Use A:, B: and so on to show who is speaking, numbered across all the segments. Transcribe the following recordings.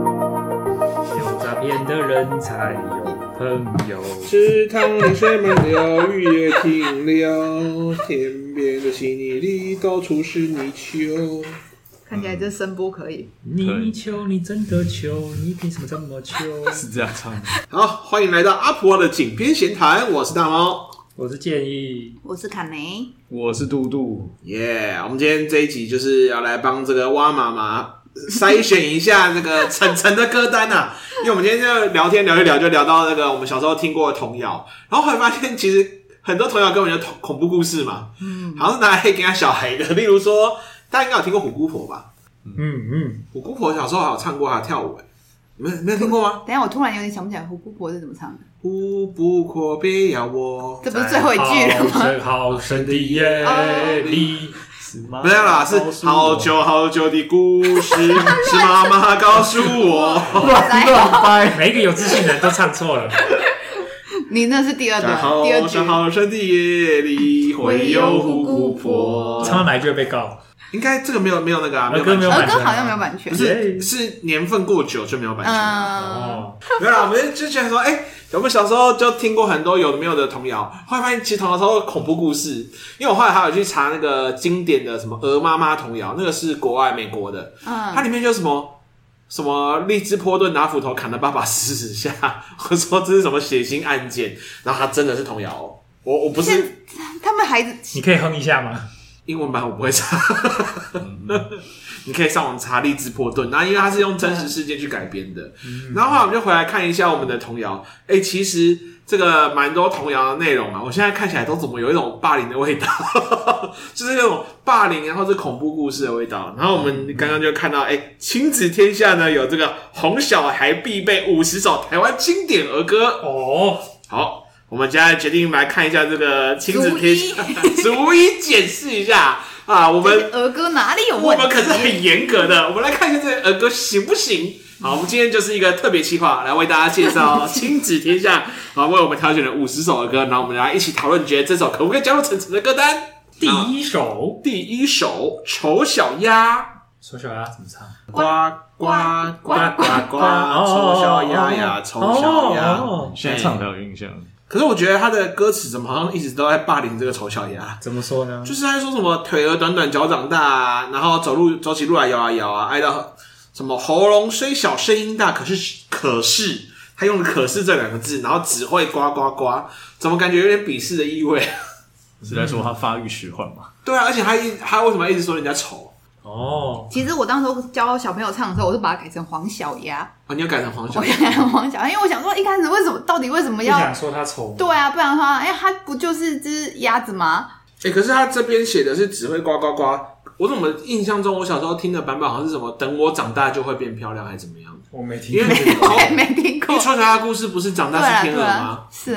A: 有诈骗的人才有朋友。
B: 池塘里水满了，雨也停了，天边的稀泥里，到处是泥鳅。
C: 看起来
B: 嗯
C: 这声波可以。
A: 你求你真的求，你凭什么这么求？
D: 是这样唱的。
B: 好，欢迎来到阿婆的井边闲谈，我是大猫。
A: 我是建议，
C: 我是卡梅，
D: 我是杜杜，
B: 耶、我们今天这一集就是要来帮这个蛙妈妈筛选一下那个层层的歌单啊， 因为我们今天就聊天聊一聊，就聊到那个我们小时候听过的童谣，然后后来发现其实很多童谣根本就是恐恐怖故事嘛，嗯，好像是拿来给他小孩的，例如说大家应该有听过虎姑婆吧？
A: 嗯嗯，
B: 虎姑婆小时候还有唱过，还有跳舞、欸，你们没有听过吗？
C: 等一下我突然有点想不起来胡姑婆是怎么唱的，
B: 虎不婆别咬我，
C: 这不是最后一句了
A: 好
C: 吗？
A: 深好深的夜里，是吗
B: 不是啦，是好。久好久的故事，是妈妈告诉 我。
C: 乱乱
A: 哎每一个有自信的人都唱错了。
C: 你那是第二
B: 在
C: 段，第二
B: 好
C: 句
B: 山好深的夜里，会有虎姑婆。
A: 唱到哪一句会被告？
B: 应该这个没有没有那个啊，没有
A: 儿歌
B: 版
A: 没有
B: 权，
C: 儿
A: 版权
C: 歌
A: 啊，
C: 好像没有版权
B: 不。是是年份过久就没有版权了。
C: 嗯，
A: 哦，
B: 没有啦，我们就觉得说，哎、我们小时候就听过很多有的没有的童谣，后来发现其实童谣都是恐怖故事，因为我后来还有去查那个经典的什么《鹅妈妈》童谣，那个是国外美国的，
C: 嗯
B: 它里面就什么。什么荔枝坡顿拿斧头砍了爸爸四十下， 我说这是什么血腥案件？然后它真的是童谣、哦，我我不是
C: 他们孩子
A: 你可以哼一下吗？
B: 英文版我不会查， 你可以上网查荔枝波顿。那因为它是用真实事件去改编的，然后后来我们就回来看一下我们的童谣。哎、其实这个蛮多童谣的内容啊，我现在看起来都怎么有一种霸凌的味道， 就是那种霸凌，然后是恐怖故事的味道。然后我们刚刚就看到，哎、亲子天下呢有这个哄小孩必备五十首台湾经典儿歌，
A: 哦，
B: 好，我们现在决定来看一下这个亲子贴心，逐一检视一下啊。我
C: 这
B: 们
C: 个儿歌哪里有
B: 我
C: 问
B: 们可是
C: 题？
B: 很严格的，我们来看一下这个儿歌行不行。好，我们今天就是一个特别企划，来为大家介绍亲子天下啊，为我们挑选了五十首儿歌，然后我们来一起讨论，觉得这首可不可以加入晨晨的歌单？
A: 第一首
B: 第一首《丑小鸭
A: 丑小鸭啊怎么唱？》，
B: 呱呱呱呱呱，
A: 哦
B: 丑小鸭呀，丑小鸭。
A: 哦
D: 现在唱才有印象。
B: 可是我觉得他的歌词怎么好像一直都在霸凌这个丑小鸭？
A: 怎么说呢？
B: 就是他说什么腿儿短短，脚长大啊，然后走路走起路来摇啊摇啊，挨到什么喉咙虽小，声音大，可是可是他用了“可是”这两个字，然后只会呱呱呱，怎么感觉有点鄙视的意味？
D: 是在说他发育迟缓嘛？
B: 对啊，而且他一他为什么一直说人家丑啊
A: 哦，
C: 其实我当时候教小朋友唱的时候，我是把它改成黄小鸭，
B: 啊？你要改成黄小
C: 我改成黄小鸭，因为我想说一开始为什么到底为什么
A: 不
C: 要
A: 想说他丑。
C: 对啊，不然的话，哎、它不就是只鸭子吗？
B: 哎、可是他这边写的是只会呱呱呱，我怎么印象中我小时候听的版本好像是什么等我长大就会变漂亮还是怎么样？
A: 我没
B: 因
A: 听
B: 为
A: 过。
C: 我也没听
B: 因
C: 过
B: 为。春芽的故事不是长
C: 对
B: 大
C: 啊，
B: 是天鹅
C: 对
B: 吗嗯
C: 啊？，是。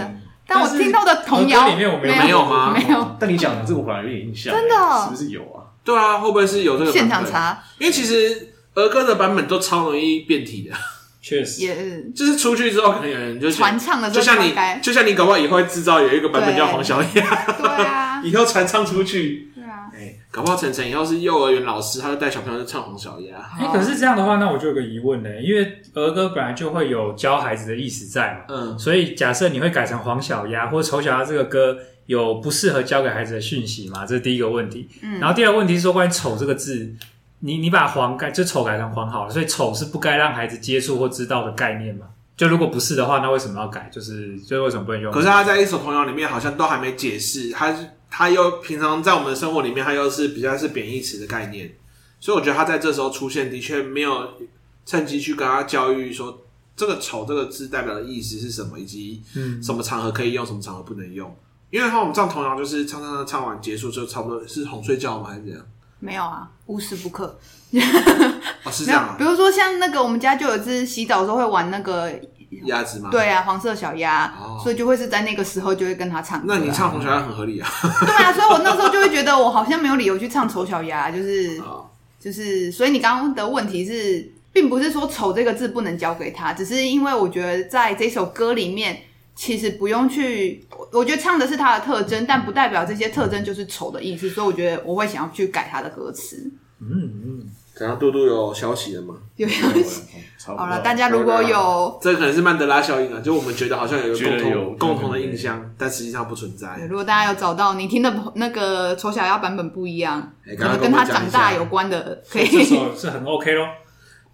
C: 但
A: 但
C: 我
A: 是
C: 听到的童
A: 儿
C: 谣
A: 歌里面我没有
C: 没
B: 没有吗 哦
C: 没有，
D: 但你讲的这个我本来有点印象，
C: 真的哦
D: 是不是有啊？
B: 对啊，会不会是有这个版本
C: 现场查
B: 因为其实儿歌的版本都超容易变体的，
A: 确实，
C: 也是
B: 就是出去之后可能有人就
C: 传唱的时
B: 就
C: 候
B: 像
C: 应
B: 你
C: 该，
B: 就像你搞不好以后会制造有一个版本
C: 对
B: 叫黄小鸭，
C: 对啊，
B: 以后传唱出去，
C: 对啊，
B: 哎、搞不好晨晨以后是幼儿园老师，他就带小朋友去唱黄啊小鸭。
A: 哎、可是这样的话，那我就有个疑问呢，因为儿歌本来就会有教孩子的意思在嘛，
B: 嗯，
A: 所以假设你会改成黄小鸭或丑小鸭这个歌，有不适合教给孩子的讯息吗？这是第一个问题。
C: 嗯
A: 然后第二个问题是说关于丑这个字，你你把黄改就丑改成黄好了，所以丑是不该让孩子接触或知道的概念嘛？就如果不是的话，那为什么要改？就是就是为什么不能用？
B: 可是他在一首童谣里面好像都还没解释，他是他又平常在我们的生活里面，他又是比较是贬义词的概念，所以我觉得他在这时候出现的确没有趁机去跟他教育说这个“丑”这个字代表的意思是什么，以及
A: 嗯，
B: 什么场合可以用，什么场合不能用。因为他我们唱童谣就是唱唱唱唱完结束之后，差不多是哄睡觉吗？还是怎样？
C: 没有啊，无时不刻。
B: 哦，是这
C: 没有
B: 样，啊
C: 比，如说像那个我们家就有只洗澡的时候会玩那个，
B: 鸭子吗？。
C: 对啊，黄色小鸭
B: 哦，
C: 所以就会是在那个时候就会跟他唱。
B: 那你唱红小鸭很合理啊。
C: 对啊，所以我那时候就会觉得我好像没有理由去唱丑小鸭，就是
B: 哦
C: 就是，所以你刚刚的问题是，并不是说“丑”这个字不能交给他，只是因为我觉得在这首歌里面，其实不用去，我我觉得唱的是他的特征，但不代表这些特征就是丑的意思，所以我觉得我会想要去改他的歌词。
A: 嗯嗯，
B: 可能杜杜有消息了吗？
C: 有消息。
D: 差不多 啊
C: 好了，大家如果
A: 啊
C: 有
B: 这可能是曼德拉效应啊，就我们觉得好像有一个
D: 觉
B: 共
D: 得有
B: 同共同的
D: 对对对
B: 印象，但实际上不存在。
C: 对如果大家有找到你听的那个丑小鸭版本不一样，
B: 哎
C: 可
B: 刚刚
C: 能
B: 跟
C: 跟
B: 我
C: 他
B: 们讲
C: 长
B: 一下
C: 大有关的，可
A: 这
C: 以。
A: 首是很 OK 咯，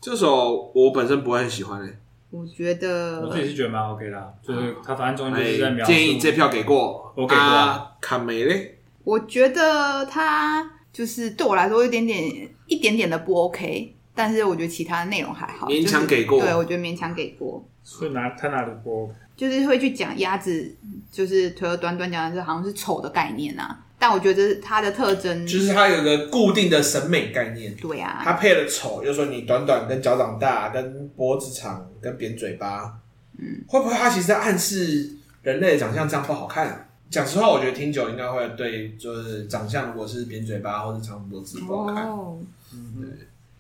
B: 这首我本身不会很喜欢诶、欸
C: 我觉得
A: 我自己是觉得蛮 OK 啦，就是他反正中间就是在
B: 哎
A: 描述
B: 建议这票给过，
A: 我给过
B: 啊，卡梅嘞，
C: 我觉得他就是对我来说有一点点一点点的不 OK，但是我觉得其他内容还好，
B: 勉强给过
C: 就是对我觉得勉强给过，
A: 所以拿他拿的播，
C: 就是会去讲鸭子，就是腿儿短短讲的是好像是丑的概念啊，但我觉得这是它的特征，
E: 就是它有一个固定的审美概念，
C: 对啊，
E: 它配了丑，又说你短短跟脚掌大，跟脖子长，跟扁嘴巴，嗯，会不会它其实在暗示人类的长相这样不好看啊、讲实话，我觉得听久应该会对，就是长相如果是扁嘴巴或者长脖子不好看。
C: 哦，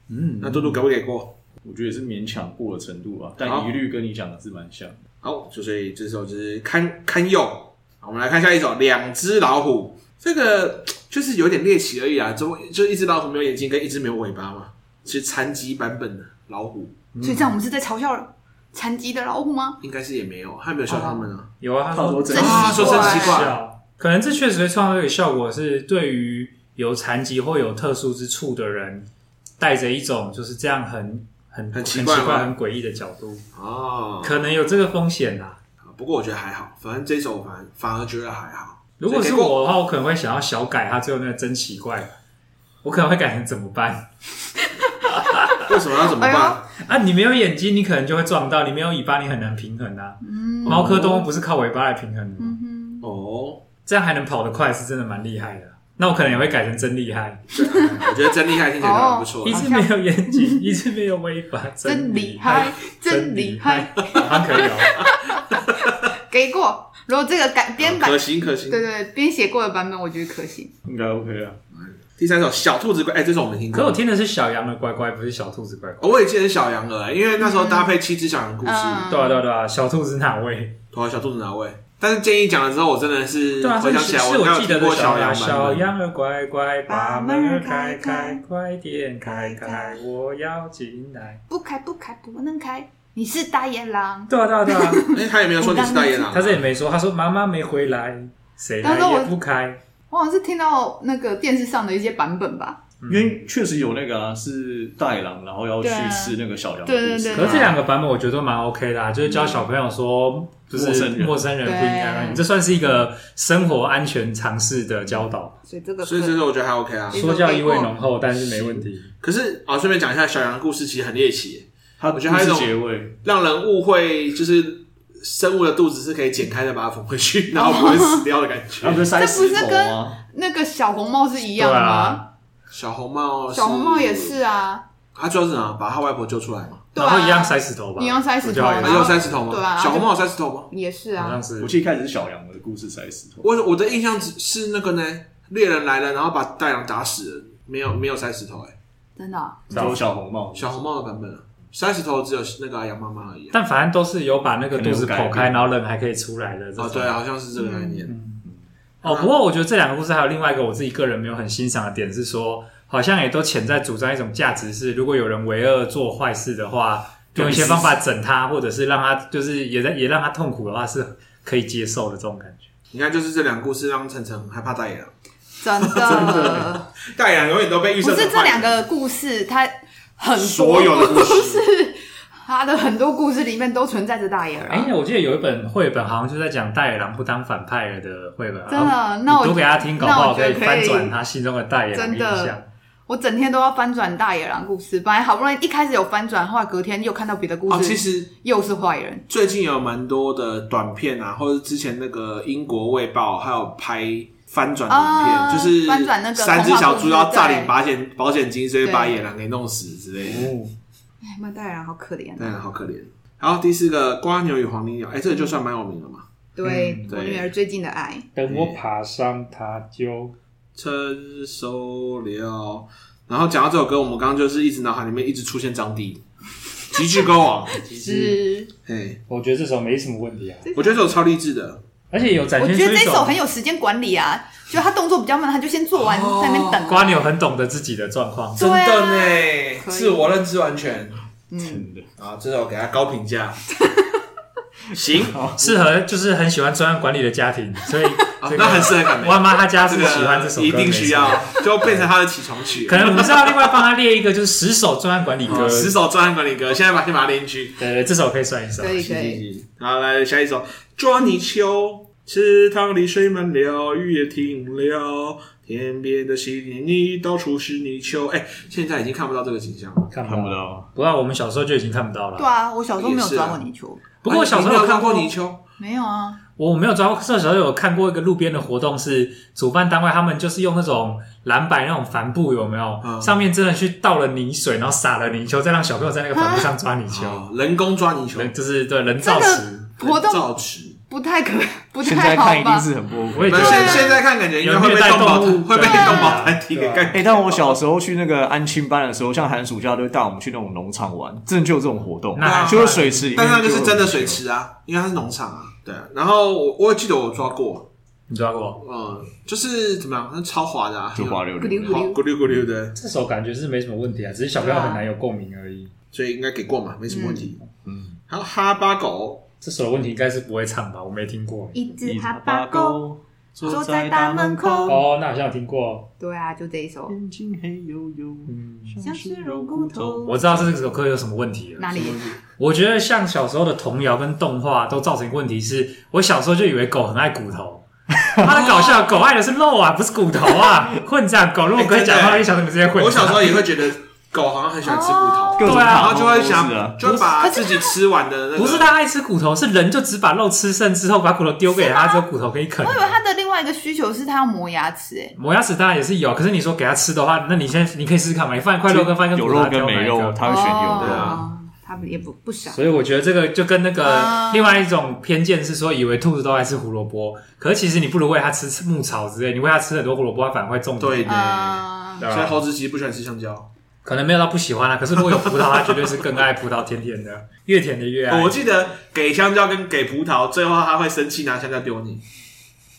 A: 嗯
B: 那杜杜给不给过？
D: 我觉得也是勉强过的程度啊，但
B: 好
D: 一律跟你讲的是蛮像的。
B: 好，就所以这首就是堪堪用。好我们来看下一首《两只老虎》，这个就是有点猎奇而已啊，怎么就一只老虎没有眼睛跟一只没有尾巴嘛？是残疾版本的老虎，
C: 所以这样我们是在嘲笑残疾的老虎吗？
B: 应该是也没有，他没有笑他们啊。
A: 有啊，他
D: 他
A: 说
D: 说
A: 这
D: 真
C: 真
B: 啊
C: 奇
B: 说真
C: 怪
B: 奇怪
A: 笑，可能这确实会创造一个效果，是对于有残疾或有特殊之处的人，带着一种就是这样很很
B: 很奇
A: 奇
B: 怪吗
A: 很诡异的角度，
B: 哦，
A: 可能有这个风险啊啦。
B: 不过我觉得还好，反正这首反反而觉得还好。
A: 如果是
B: 所以给过
A: 我的话，我可能会想要小改他最后那个真奇怪，我可能会改成怎么办
B: 为什么要怎么
C: 哎
B: 办？
A: 啊？你没有眼睛，你可能就会撞到；你没有尾巴，你很难平衡啊。
C: 嗯
A: 猫科动物不是靠尾巴来平衡的吗？
C: 嗯哼，
B: 哦，
A: 这样还能跑得快，是真的蛮厉害的。那我可能也会改成真厉害，
B: 对啊我觉得真厉害，听起
C: 哦
B: 来还不错
A: 一
B: 啊。
A: 只没有眼睛， 一只没有尾巴，
C: 真
A: 厉
C: 厉害，真
A: 真
C: 厉
A: 厉
C: 害，
A: 好像可以哦。
C: 给过。如果这个改编版
B: 可，行可行
C: 对。对，编写过的版本，我觉得可行。
D: 应该 OK 啊，
B: 第三首《小兔子乖》，哎，这首我们听
A: 可我
B: 过。哦
A: 听的是小羊的乖乖，不是小兔子乖乖。
B: 我也记得是小羊儿，因为那时候搭配七只小羊故事，
C: 嗯
A: 对啊对啊对啊，小兔子哪位？
B: 头小兔子哪位？但是建议讲了之后，我真的是
A: 对啊，
B: 回
A: 是
B: 想起来，
A: 是
B: 刚
A: 我
B: 有
A: 记得
B: 听
A: 的
B: 过小
A: 羊。
B: 羊
A: 小
B: 版本。
A: 羊儿乖乖，把门儿开开，快点开
C: 开
A: 开，我要进来。
C: 不开不开不能开，你是大野狼。
A: 对啊对啊对啊，
B: 哎，他也没有说你是大野狼，
A: 他这也没说，他说妈妈没回来，谁
C: 但
A: 来
C: 是我
A: 也不开。
C: 我好像是听到那个电视上的一些版本吧。
A: 嗯
D: 因为确实有那个啊，是大野狼，然后要去
C: 对啊
D: 吃那个小羊的
C: 对对
D: 故事啊
A: 可
C: 对啊
A: 是这两个版本我觉得都蛮 OK 的、啊，就是教小朋友说，就是
D: 陌生人
A: 陌生人不应该乱
C: 对
A: 你这算是一个生活安全常识的教导，
C: 所以这个
B: 所以这首我觉得还 OK 啊
C: 嗯。
A: 说教意味浓厚，但是没问题。
B: 可是啊，顺便讲一下，小羊的故事其实很猎奇，
D: 他
B: 我觉得他有一种
D: 结尾，
B: 让人误会就是生物的肚子是可以剪开的，把它缝回去，然后不会死掉的感
D: 他
B: 觉
D: 不。是塞石
C: 这
D: 头啊
C: 不是跟
D: 吗？
C: 那个小红帽是一样的吗？
B: 小红帽，
C: 小红帽也，是啊，
B: 他主要是啊，把他外婆救出来嘛。
C: 对
A: 然后
C: 啊，
A: 一样塞石头吧，
C: 一样塞石头
A: 我觉得好像
C: 然
B: 你
C: 后
B: 有三十头吗？
C: 对啊
B: 小红帽有三十头吗？
C: 也是
A: 好
C: 啊
A: 像，是
D: 我。记得一开始是小羊的故事塞石头，
B: 我我的印象只是那个呢，猎人来了，然后把大羊打死了，没有没有三十头哎、
C: 真的啊、
A: 知道
D: 有小红帽，
B: 小红帽的版本啊，三十头只有那个羊妈妈而已啊、
A: 但反正都是有把那个肚子
D: 可
A: 剖
D: 能有改
A: 开，
D: 变
A: 然后人还可以出来的这种。
B: 哦，对啊，好像是这个概念。
A: 哦，不过我觉得这两个故事还有另外一个我自己个人没有很欣赏的点是说，好像也都潜在主张一种价值是，如果有人为恶做坏事的话，
D: 对
A: 用一些方法整他，或者是让他就是也在也让他痛苦的话，是可以接受的这种感觉。
B: 你看，就是这两故事让晨晨很害怕大野狼，
C: 真的，
E: 大野狼永远都被预
C: 不
E: 设成
C: 是这
E: 坏人
C: 两个故事，它很多
B: 所有 的故
C: 故
B: 事
C: 事，它的很多故事里面都存在着大野
A: 哎、
C: 狼。
A: 我记得有一本绘本，好像就在讲大野狼不当反派了的绘本。
C: 真的
A: 好
C: 那我
A: 你读给他听，搞不好
C: 那我觉
A: 以
C: 得可以
A: 翻转他心中的大野狼印
C: 真
A: 象
C: 的。我整天都要翻转大野狼故事，本来好不容易一开始有翻转，后来隔天又看到别的故
B: 哦，
C: 事，
B: 其实
C: 又是坏人。
B: 最近有蛮多的短片啊，或者之前那个英国卫报还有拍翻转的影片，
C: 啊
B: 就是
C: 翻转那个
B: 三只小猪要诈领
C: 童
B: 保险保险金，所以
C: 对
B: 把野狼给弄死之类的。
A: 哦，
C: 哎，那大野狼好可怜
B: 大野
C: 啊！
B: 狼好可怜。然后第四个瓜牛与黄鹂鸟，哎、这个就算蛮有名的嘛。
C: 对
B: 嗯
C: 我
B: 对
C: 女儿最近的爱，
A: 等我爬上它就
B: 成熟了。然后讲到这首歌，我们刚刚就是一直脑海里面一直出现张帝，《极致歌王》。
C: 是
B: 哎，
A: 我觉得这首没什么问题啊。
B: 我觉得这首超励志的，
A: 而且有展
C: 我
A: 现
C: 觉
A: 出
C: 得
A: 一
C: 这首
A: 种
C: 很有时间管理啊，就他动作比较慢，他就先做完，
B: 哦
C: 在那边等。啊
A: 瓜牛很懂得自己的状况，
C: 对
E: 真
C: 啊
E: 的呢，
C: 可以
E: 自我认知完全
C: 嗯，
D: 真的
E: 啊，这首给他高评 价。
B: 行，
A: 适合就是很喜欢专案管理的家 庭，所以
B: 好
A: 这
B: 哦啊那很
A: 个
B: 适合改编。
A: 万妈她家
B: 这
A: 是
B: 个
A: 喜欢这首歌，
B: 一定
A: 没
B: 需
A: 错
B: 要，就变成他的起床曲。
A: 可能我们是要另外帮他列一个，就是十首专案管理歌
B: 好。哦十首专案管理歌，现在把先把它连去。
A: 呃，这首可以算
D: 啊
A: 一首。
C: 可以可以。
B: 好，来下一首，抓泥鳅。池塘里水满了，雨也停了，天边的洗脸泥到处是泥鳅。哎、现在已经看不到这个景象了。
A: 看
D: 看不，到，啊
A: 不过我们小时候就已经看不到
C: 对
A: 了。
C: 啊，我小时候没有
B: 也是啊哎
C: 抓过泥鳅，
A: 不过我小时候
B: 有
A: 有
B: 看
A: 看
B: 过
A: 过
B: 泥鳅，
C: 没有啊，
A: 我没有抓过，小时候有看过一个路边的活动是，主办单位他们就是用那种蓝白那种帆布，有没有？
B: 嗯
A: 上面真的去倒了泥水，然后撒了泥鳅，再让小朋友在那个帆布上抓泥鳅，
B: 哦，人工抓泥鳅，
A: 人就是对人造石。
C: 活动
B: 造纸。
C: 不太可，不
D: 现
C: 太
D: 在
C: 好
D: 看一定
C: 吧？
D: 是很不 OK。
A: 我也觉
B: 那
A: 得
B: 现现在看感觉应该会被动
A: 有虐待动
B: 保团
A: 物
B: 会被
A: 对啊
B: 动保团体给干
D: 哎、但我小时候去那个安亲班的时候，像寒暑假都会带我们去那种农场玩，真的就有这种活动，
A: 那
D: 就是水池里面，
B: 但那个是真的水。池啊，因为它是农场啊。对啊，然后我我记得我抓过，
A: 你抓过？
B: 嗯，就是怎么样，那超滑的啊，
D: 就滑溜
C: 咕溜
D: 溜，
B: 好咕溜咕溜的，
A: 这首感觉是没什么问题啊，只是小朋友很难有共鸣而已。
B: 所以应该给过嘛，没什么问题。
D: 嗯，
B: 还有哈巴狗，
A: 这首的问题应该是不会唱吧？我没听过。
C: 一只
D: 一
C: 哈
D: 只
C: 巴狗，
D: 坐
C: 在大门口
A: 哦，那好像有听过。
C: 对啊，就这一首，
D: 眼睛黑黝黝，
A: 嗯，
C: 像是肉骨头。
A: 我知道这首歌有什么问题了。
C: 哪里？
A: 我觉得像小时候的童谣跟动画都造成一个问题是，我小时候就以为狗很爱骨头。妈的搞笑，狗爱的是肉 啊，不是骨头啊！混账狗，如果不会讲
B: 哎真的
A: 话，就想你们这些混账。
B: 我小时候也会觉得狗好像很喜欢吃骨头，
D: 各种
A: 对啊
B: 然
D: 卡
B: 后
D: 通
B: 就会
D: 都是
B: 想
D: 啊
B: 就会把自己吃完的那个，
A: 不是它爱吃骨头，是人就只把肉吃剩之后，把骨头丢给它，只有骨头可以啃
C: 我。以为他的另外一个需求是他要磨牙齿，哎，
A: 磨牙齿当然也是有，可是你说给它吃的话，那你先你可以试试看嘛，你放块肉跟饭跟
D: 有
A: 骨头
D: 肉
A: 它
D: 跟
A: 挑
D: 没
A: 哪一
D: 肉，
A: 个？
D: 他会选有
B: 对
D: 的。
B: 啊
C: 哦，他也不不少。
A: 所以我觉得这个就跟那个
C: 啊
A: 另外一种偏见是说，以为兔子都爱吃胡萝卜，可是其实你不如喂它吃牧草之类，你喂它吃很多胡萝卜，它反而会中毒。
B: 对的。
C: 啊，
A: 对吧
B: 所以猴子其实不喜欢吃香蕉。
A: 可能没有到不喜欢啦、啊可是如果有葡萄，他绝对是更爱葡萄，甜甜的，越甜的越爱。
B: 哦我记得给香蕉跟给葡萄，最后它会生气拿香蕉丢你。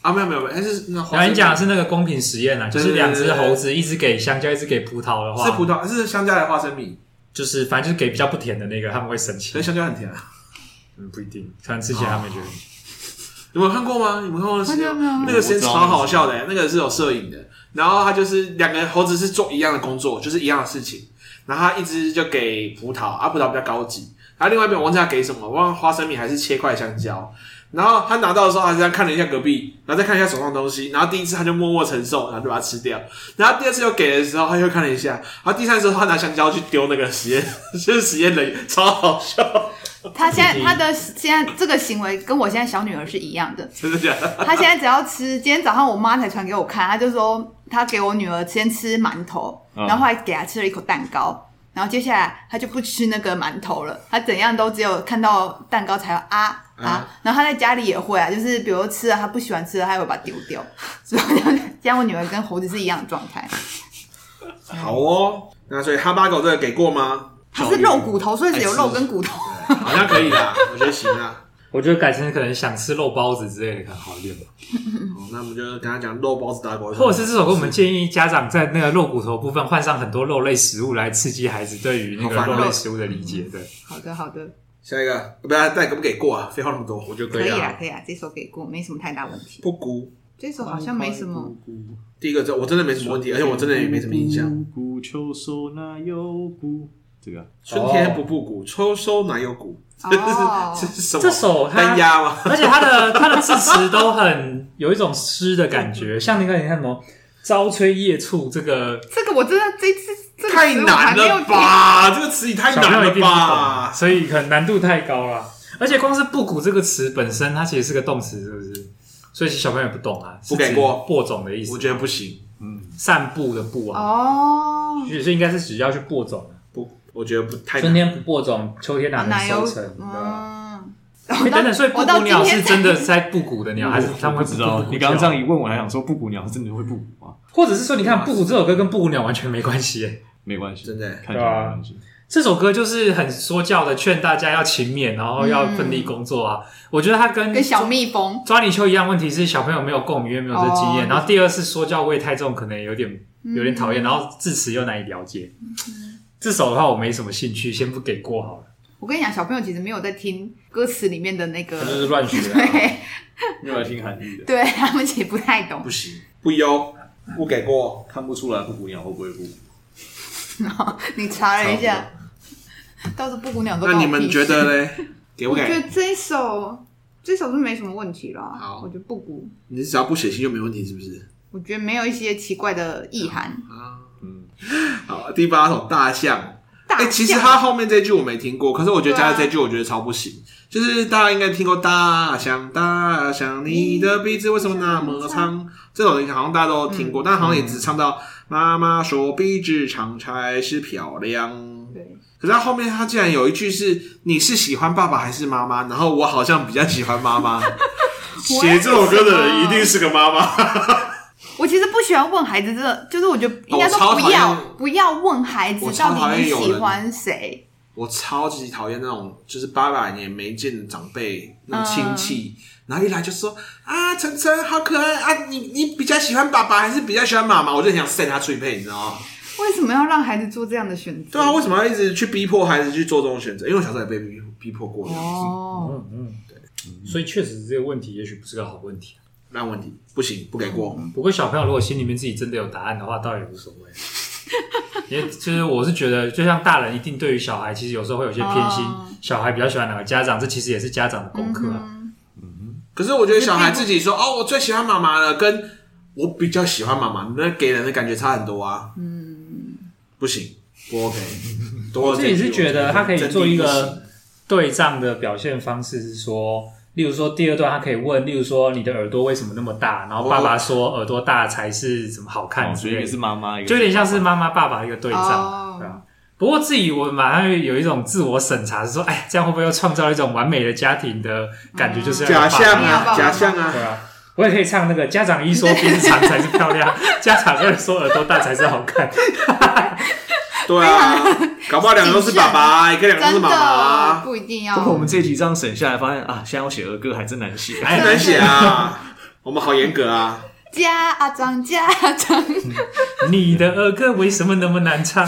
B: 啊，没有没有没有，但是那猴
A: 然后
B: 子
A: 你讲的是那个公平实验啊，就是两只猴子，一只给香蕉，一只给葡萄的话，
B: 是葡萄是香蕉的花生米，
A: 就是反正就是给比较不甜的那个，他们会生
B: 可
A: 气
B: 是。香蕉很甜啊。
A: 嗯，不一定，可能吃起来他们觉得。
B: 你们有看过吗？你们看
D: 呃
B: 过
C: 没有没有没有
B: 那个实验超好笑的、欸那个是有摄影的。然后它就是两个猴子是做一样的工作，就是一样的事情。然后它一只就给葡萄，啊，葡萄比较高级。然后另外一边我忘记它给什么，我忘了花生米还是切块香蕉。然后他拿到的时候，他这样看了一下隔壁，然后再看一下手上的东西。然后第一次他就默默承受，然后就把它吃掉。然后第二次又给的时候，他又看了一下。然后第三次他拿香蕉去丢那个实验， 就是实验人员超好笑，
C: 他现在他的现在这个行为跟我现在小女儿是一样的，
B: 真的假的？
C: 他现在只要吃，今天早上我妈才传给我看，她就说她给我女儿先吃馒头，
D: 嗯
C: 然后后来给她吃了一口蛋糕，然后接下来她就不吃那个馒头了，她怎样都只有看到蛋糕才要啊
B: 嗯
C: 啊，然后她在家里也会啊，就是比如吃了她不喜欢吃的，她也会把它丢 掉，所以我就这样我女儿跟猴子是一样的状态，
B: 好哦，那所以哈巴狗这个给过吗？
C: 它是肉骨头，所以只有肉跟骨头，
B: 好像可以啦， 我觉得行啊啦。
A: 我觉得改成可能想吃肉包子之类的，可能好一点吧。
B: 好，那我们就跟他讲肉包子打狗，
A: 或者是这首歌，我们建议家长在那个肉骨头部分换上很多肉类食物来刺激孩子对于那个
B: 好烦哦
A: 肉类食物的理解。对，
C: 好的好的，
B: 下一个，不要再给不给过啊？废话那么多，我就
C: 可以啊啦可以啦，这首给过没什么太大问题，
B: 不估。
C: 这首好像没
B: 哦
C: 什
B: 啊
C: 么，
B: 第一个，这我真的没什么问题，而且我真的也没什么印象。。
D: 古秋收那有古，这个
B: 春天不布谷，秋收哪有谷？
C: 哦
B: 这是什么？
A: 这首它
B: 单押吗？
A: 而且他的他的字词都很有一种诗的感觉，像那个你看什么“朝吹夜促”这个
C: 这个我真的这次这个
B: 太
C: 词我还
B: 难
C: 没有
B: 了
C: 听
B: 吧！这个词语太
A: 小朋
B: 难
A: 友一
B: 了
A: 定不懂，
B: 吧！
A: 所以可能难度太高了。而且光是“布谷”这个词本身，它其实是个动词，是不是？所以其实小朋友也不懂啊，
B: 不给过
A: 是指播种的意思
B: 我，觉得不行，
A: 散步的步啊，
C: 哦，
A: 所以应该是只要去播种。
B: 不，我觉得不太
A: 春
B: 难。
A: 天不播种，秋天哪能
C: 奶油
A: 收成？对吧
C: 嗯，
A: 哎等等，所以布
C: 我到
A: 谷
C: 今
A: 鸟是
C: 天才
A: 真的在布谷的鸟，还是他们
D: 不
A: 会
D: 知
A: 布
D: 道
A: 谷。
D: 你刚刚这
A: 叫，
D: 样一问，我还想说布谷鸟是真的会啊布谷吗？
A: 或者是说，你看“布谷”这首歌跟布谷鸟完全没关系耶。
D: 没关系，
B: 真的
D: 看起来没关系。
A: 这首歌就是很说教的，劝大家要勤勉，然后要奋力工作啊。我觉得它跟
C: 嗯跟小蜜蜂，
A: 抓泥鳅一样，问题是小朋友没有共鸣，因为没有这个经验。
C: 哦嗯
A: 然后第二是说教味太重，可能有点有点讨厌，然后字词又难以了解。这首的话我没什么兴趣，先不给过好了。
C: 我跟你讲，小朋友其实没有在听歌词里面的那
D: 他就
C: 个，
D: 是乱学、啊，
C: 对
D: 没有来听韩语的，
C: 对，他们其实不太懂
B: 不。行，
E: 不优，不给过，
D: 看不出来布谷鸟会不会布。
C: 你查了一下，倒是布谷鸟都
B: 那你们觉得？嘞？给不
C: 我觉
B: 给？
C: 得这一首这一首是没什么问题啦。
B: 好
C: 我觉得布谷，
B: 你只要不写信就没问题，是不是？
C: 我觉得没有一些奇怪的意涵。
D: 嗯，
B: 好，第八首大象。
C: 大
B: 哎、
C: 象
B: 其实他后面这句我没听过，可是我觉得加了
C: 对啊
B: 这句，我觉得超不行。就是大家应该听过“大象，大象，你的鼻子为什嗯么那么长”这种，好像大家都听过，但好像也只唱到“妈妈说鼻子长才是漂亮”。
C: 对，
B: 可是他后面他竟然有一句是“你是喜欢爸爸还是妈妈”，然后我好像比较喜欢妈 妈。写这首歌的人一定是个妈妈。
C: 我其实不喜欢问孩子这个，就是我觉得应该
B: 哦我超
C: 说
B: 讨
C: 不
B: 厌
C: 要不要问孩子
B: 我超
C: 到
B: 讨
C: 底
B: 厌
C: 你
B: 有人
C: 喜欢谁。
B: 我超级讨厌那种就是八百年没见的长辈那种亲戚，然后一来就说啊，晨晨好可爱啊，你你比较喜欢爸爸还是比较喜欢妈妈？我就很想扇他脆配，你知道吗？
C: 为什么要让孩子做这样的选择？
B: 对啊，为什么要一直去逼迫孩子去做这种选择？因为我小时候也被逼逼迫过，
C: 哦，
A: 嗯嗯，对。所以确实这个问题也许不是个好问题啊、
B: 烂问题不行，不给过。
A: 不过小朋友如果心里面自己真的有答案的话，倒也无所 谓。啊因为就是我是觉得，就像大人一定对于小孩，其实有时候会有些偏心，
C: 哦
A: 小孩比较喜欢哪个家长，这其实也是家长的功课啊。
C: 嗯
B: 可是我觉得小孩自己说哦，我最喜欢妈妈了，跟我比较喜欢妈妈，那给人的感觉差很多啊。嗯，不行，不 OK。多
A: 我自己是觉得他可以做一
B: 真的不行
A: 个对仗的表现方式，是说，例如说第二段他可以问，例如说你的耳朵为什么那么大，然后爸爸说耳朵大才是怎么好看
D: 哦
A: 之
D: 所以
A: 类
D: 也
A: 的
D: 是，妈妈，一个
A: 就有点像是妈妈爸爸的一个对
C: 哦
A: 仗，对吧？不过自己我马上有一种自我审查，是说，哎，这样会不会又创造一种完美的家庭的感觉？就是要有爸
B: 假
A: 爸
B: 象
C: 爸
B: 啊，
C: 爸
B: 假象啊
A: 对。啊，我也可以唱那个家长一说鼻子长才是漂亮，家长二说耳朵大才是好看。
B: 对啊，搞不好两个都是爸爸，也可以两个都是
C: 真
B: 妈妈
C: 的
B: 啊，
C: 不一定
D: 不过我
C: 要。
D: 们这几张省下来，发现啊，现在要写儿歌还真难写。
A: 哎
B: 很 难写啊。我们好严格啊，
C: 家啊长家啊长，
A: 你的儿歌为什么那么难 唱？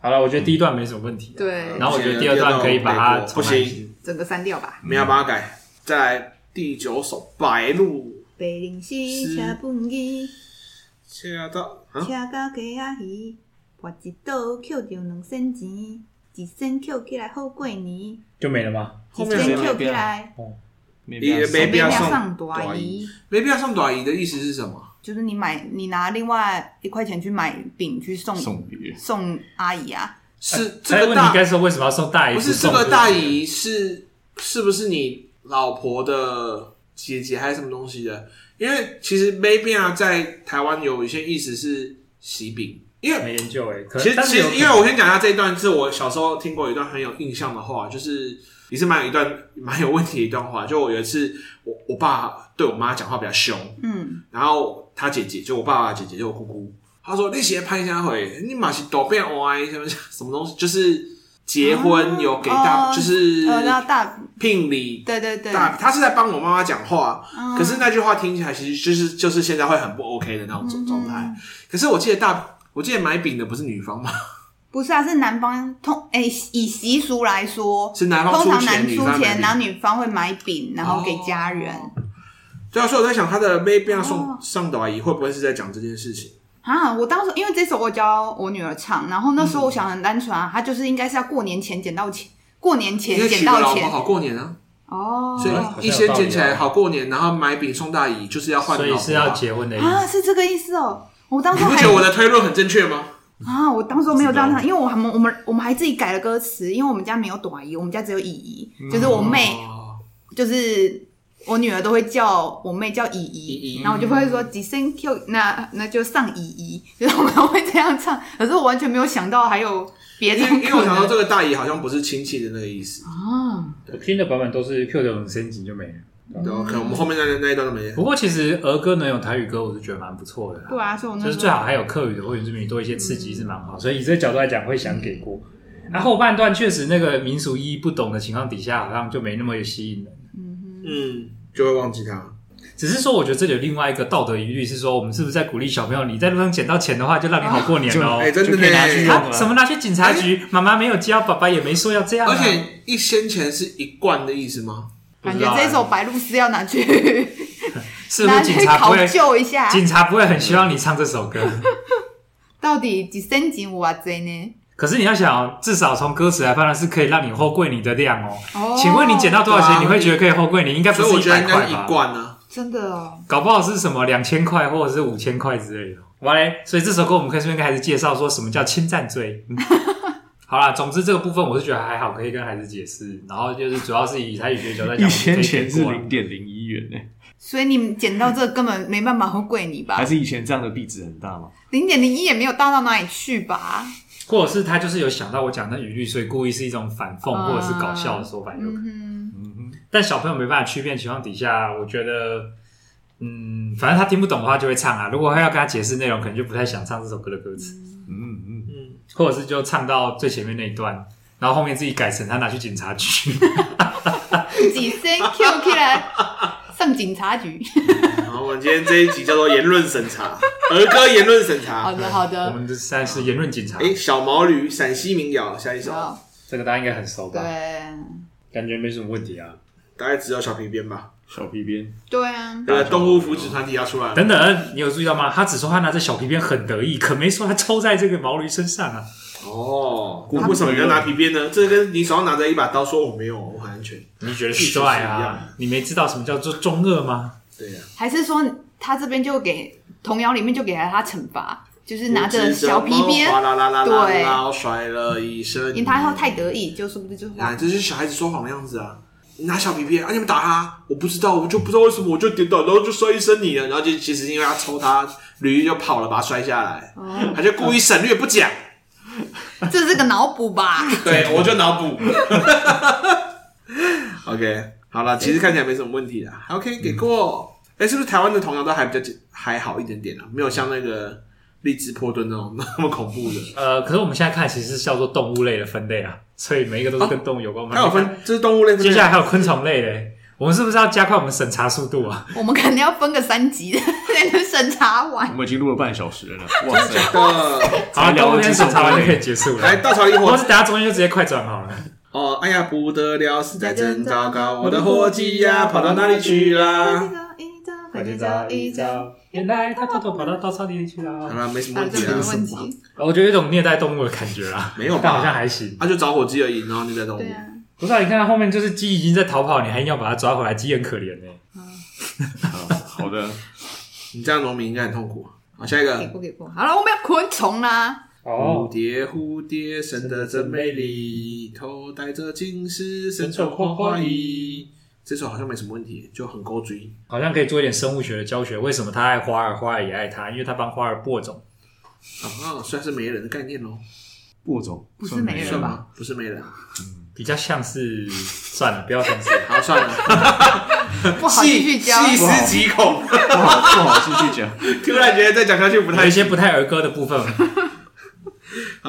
A: 好了，我觉得第一段没什么问题、啊。
C: 对
A: 然后我觉得第二段可以把它嗯
B: 不行，
C: 整个删掉吧。
B: 没有把它改。再来第九首《白鹭
C: 白灵
B: 是
C: 西车本机，》，
B: 吓到啊
C: 车！到鸡仔鱼，跋一刀捡着两仙钱，一仙捡起来好过年，
A: 就没了吗？
C: 一
D: 有
C: 仙
D: 谁
C: 捡起
D: 变啊
C: 来
D: 没
B: 也没必要
C: 要
B: 啊送
C: 上大
B: 大
C: 姨
B: 姨。没必要送短姨的意思是什么？
C: 就是你买，你拿另外一块钱去买饼去送
D: 送别。
C: 送阿姨啊，
B: 是这
A: 哎这个
B: 个
A: 问题
B: 大
A: 应该说为什么要送大姨？
B: 不是这
A: 送
B: 个大，姨是是不是你老婆的姐姐还是什么东西的？因为其实 maybe 啊，在台湾有一些意思是喜饼，因为
A: 没研究哎、可
B: 其实
A: 但是
B: 其
A: 有
B: 实
A: 可能
B: 因为我先讲一下这一段，是我小时候听过一段很有印象的话，就是也是蛮有一段蛮有问题的一段话，就我有一次我我爸对我妈讲话比较凶，
C: 嗯，
B: 然后他姐姐就我爸爸的姐姐就我姑姑，她说你写潘家回，你马是都变歪什么什么东西，就是结婚有给大、
C: 啊哦
B: 就是
C: 呃，那大，
B: 聘礼
C: 对对对，
B: 大，他是在帮我妈妈讲话，
C: 嗯
B: 可是那句话听起来其实就是就是现在会很不 OK 的那种
C: 嗯
B: 状状态。可是我记得大，我记得买饼的不是女方吗？
C: 不是啊，是男方通哎、以习俗来说，
B: 是男方
C: 通
B: 出
C: 常男
B: 钱，女
C: 出
B: 方买
C: 钱，
B: 饼
C: 然后女方会买饼，然后给家人、
B: 对啊，所以我在想他的 maybe 要送、
C: 哦
B: 上岛阿姨会不会是在讲这件事情？
C: 啊。我当时因为这首我教我女儿唱，然后那时候我想很单纯啊，她就是应该是要过年前捡到钱，过年
B: 因为
C: 前
B: 娶
C: 捡
B: 个老
C: 到
B: 婆
C: 钱
B: 好过年啊，
C: 哦，
B: 所
A: 好像
B: 以一
A: 有
B: 先
A: 道理
B: 捡起来
A: 哦
B: 好过年，然后买饼送大姨就是要换老
A: 所
B: 婆啊，
A: 以是要结婚的意思。
C: 啊是这个意思哦。我当时
B: 你不
C: 还
B: 觉得我的推论很正确吗？
C: 啊，我当时没有这样唱，因为我还我们我们还自己改了歌词，因为我们家没有短姨，我们家只有姨姨，就是我妹
B: 哦
C: 就是我女儿都会叫我妹叫姨
B: 姨
C: 姨，
B: 姨
C: 然后我就会
A: 嗯
C: 说几声 Q，那那就上姨姨，就是我们会这样唱。 可是我完全没有想到还有别
B: 因
C: 种
B: 为因为
C: 可
B: 我想到这个
C: 能
B: 大姨好像不是亲戚的那个意思，
C: 啊，
A: 我听的版本都是 Q 的生级就没了。
B: 对，OK，我们后面那那一段都没。
A: 不过其实儿歌能有台语歌，我是觉得蛮不错的啦。
C: 对啊，所以我那
A: 就是
C: 时
A: 最
C: 候
A: 好还有客语的或原住民多一些刺激是蛮好，所以以这个角度来讲，会想给过。那、后半段确实那个民俗意义不懂的情况底下，好像就没那么有吸引人。
B: 嗯，就会忘记它。
A: 只是说，我觉得这里有另外一个道德疑虑是说，我们是不是在鼓励小朋友，你在路上捡到钱的话，就让你好过年哦喽、
B: 哎、真的
D: 就可以拿去
B: 呢。
D: 用
A: 啊，什么拿去警察局？妈妈没有教，爸爸也没说要这样、啊。
B: 而且一先钱是一贯的意思吗？
C: 感觉这首《白鹭》是要拿去
A: 似乎
C: 拿
A: 警
C: 去
A: 察不
C: 考
A: 会，
C: 究啊一下，
A: 警察不会很希望你唱这首歌。
C: 到底几升级哇贼呢？
A: 可是你要想哦，至少从歌词来判断，是可以让你后跪你的量哦。
C: 哦，
A: 请问你捡到多少
B: 对啊
A: 钱？你会觉得可以后跪你？应该不
B: 所以我
A: 是一
B: 觉得
A: 百
B: 应该
A: 块
B: 是一
A: 吧？
B: 贯啊。
C: 真的哦，
A: 搞不好是什么两千块或者是五千块之类的。完嘞，所以这首歌我们可以顺便跟孩子介绍说什么叫侵占 罪。嗯好啦，总之这个部分我是觉得还好，可以跟孩子解释。然后就是主要是以台语学球在讲，
D: 一千钱是
A: 我们可以
D: 零点零一元呢、
C: 所以你们捡到这根本没办法后跪你吧
D: 还？是以前这样的币值很大吗？
C: 零点零一也没有大到哪里去吧？
A: 过或者是他就是有想到我讲的语律，所以故意是一种反讽或者是搞笑的说法有可能。
C: 嗯
D: 嗯哼，
A: 但小朋友没办法区辨情况底下，我觉得，嗯，反正他听不懂的话就会唱啊。如果他要跟他解释内容，可能就不太想唱这首歌的歌词，
D: 嗯嗯，
B: 嗯，
A: 或者是就唱到最前面那一段，然后后面自己改成他拿去警察局。
C: 哼，几声 Q 起来上警察局。
B: 好，我们今天这一集叫做言论审查，儿歌言论审 查。
C: 好的，好
A: 我
C: 的，
A: 们这现在是言论警察，
B: 哎、小毛驴，陕西民谣，下一首
C: 好，
A: 这个大家应该很熟吧？
C: 对，
A: 感觉没什么问题啊。
B: 大概只有小皮鞭吧。
D: 小皮鞭，
C: 对啊，
B: 呃，动物福祉团体要出来了，
A: 等等，你有注意到吗？他只说他拿着小皮鞭很得意，可没说他抽在这个毛驴身上啊。
B: 哦，那为什么你要拿皮鞭呢？这跟你手上拿着一把刀说我哦没有，我很安全。
A: 你觉得
B: 是
A: 帅
B: 一样
A: 啊？你没知道什么叫做中二吗？
B: 对呀、
C: 还是说他这边就给童谣里面就给了他惩罚，就是拿着小皮鞭，
B: 哗啦啦啦啦
C: 对
B: 啦，甩了一身。
C: 因为他要太得意，就说不定就是
B: 啊，
C: 他
B: 这是小孩子说谎的样子啊！你拿小皮鞭啊，你们打他，我不知道，我就不知道为什么，我就跌倒，然后就摔一身泥了，然后就其实因为他抽他，驴就跑了，把他摔下来，
C: 哦
B: 他就故意省略不讲。
C: 这是个脑补吧？
B: 对，我就脑补。OK，好了，其实看起来没什么问题啦。OK，给过。哎、是不是台湾的童谣都还比较简还好一点点啊？没有像那个荔枝破盾那种那么恐怖的。
A: 呃，可是我们现在看其实是叫做动物类的分类啊，所以每一个都是跟动物有关。我们
B: 还哦有分，这是动物类分类。
A: 接下来还有昆虫类嘞，我们是不是要加快我们审查速度啊？
C: 我们可能要分个三级才能审查
D: 我
C: 完。
D: 们已经录了半小时 了，哇塞！
B: 的，
A: 好，
D: 才聊
A: 动物
D: 了
A: 园
D: 几种
A: 审查完
D: 类
A: 就可以结束
B: 来
A: 了。
B: 稻草一
A: 或
B: 伙
A: 是等下中间就直接快转好了。
B: 哦，哎呀，不得了，实在真糟糕，我的伙计呀，跑到哪里去啦？
A: 快去找一找，原来他偷偷跑到稻草里去
B: 好
A: 了。
B: 了，没什么
C: 啊，
B: 问
C: 这
B: 题
C: 没
B: 啊，
C: 问题，
A: 我觉得有一种虐待动物的感觉 啊，
B: 没有
A: 但好像
B: 吧？
A: 还行。
B: 他就找火鸡而已，然后虐待动物
C: 对，啊，
A: 不是、啊，你看后面就是鸡已经在逃跑，你还硬要把它抓回来，鸡很可怜欸呢、
D: 好好的，
B: 你这样农民应该很痛苦。啊好，下一
C: 给
B: 个，
C: 过给过。好了，我们要昆虫啦，
A: 哦
B: 蝴，蝶蝴蝶生得真美丽，头戴着金丝，身穿花花衣。这首好像没什么问题，就很勾追。
A: 好像可以做一点生物学的教学。为什么他爱花儿，花儿也爱他？因为他帮花儿播种。
B: 啊，算是媒人的概念咯，
D: 播种
C: 不是
D: 算
C: 美人
B: 算
D: 吧
B: 吗？不是媒人，
A: 比较像是算了，不要像是。
B: 好算了，
C: 不 好继续教。
B: 细思极恐，
D: 不好不好继续讲，
B: 突然觉得再讲下去不
A: 还有
B: 太
A: 一些不太儿歌的部分，
D: 错过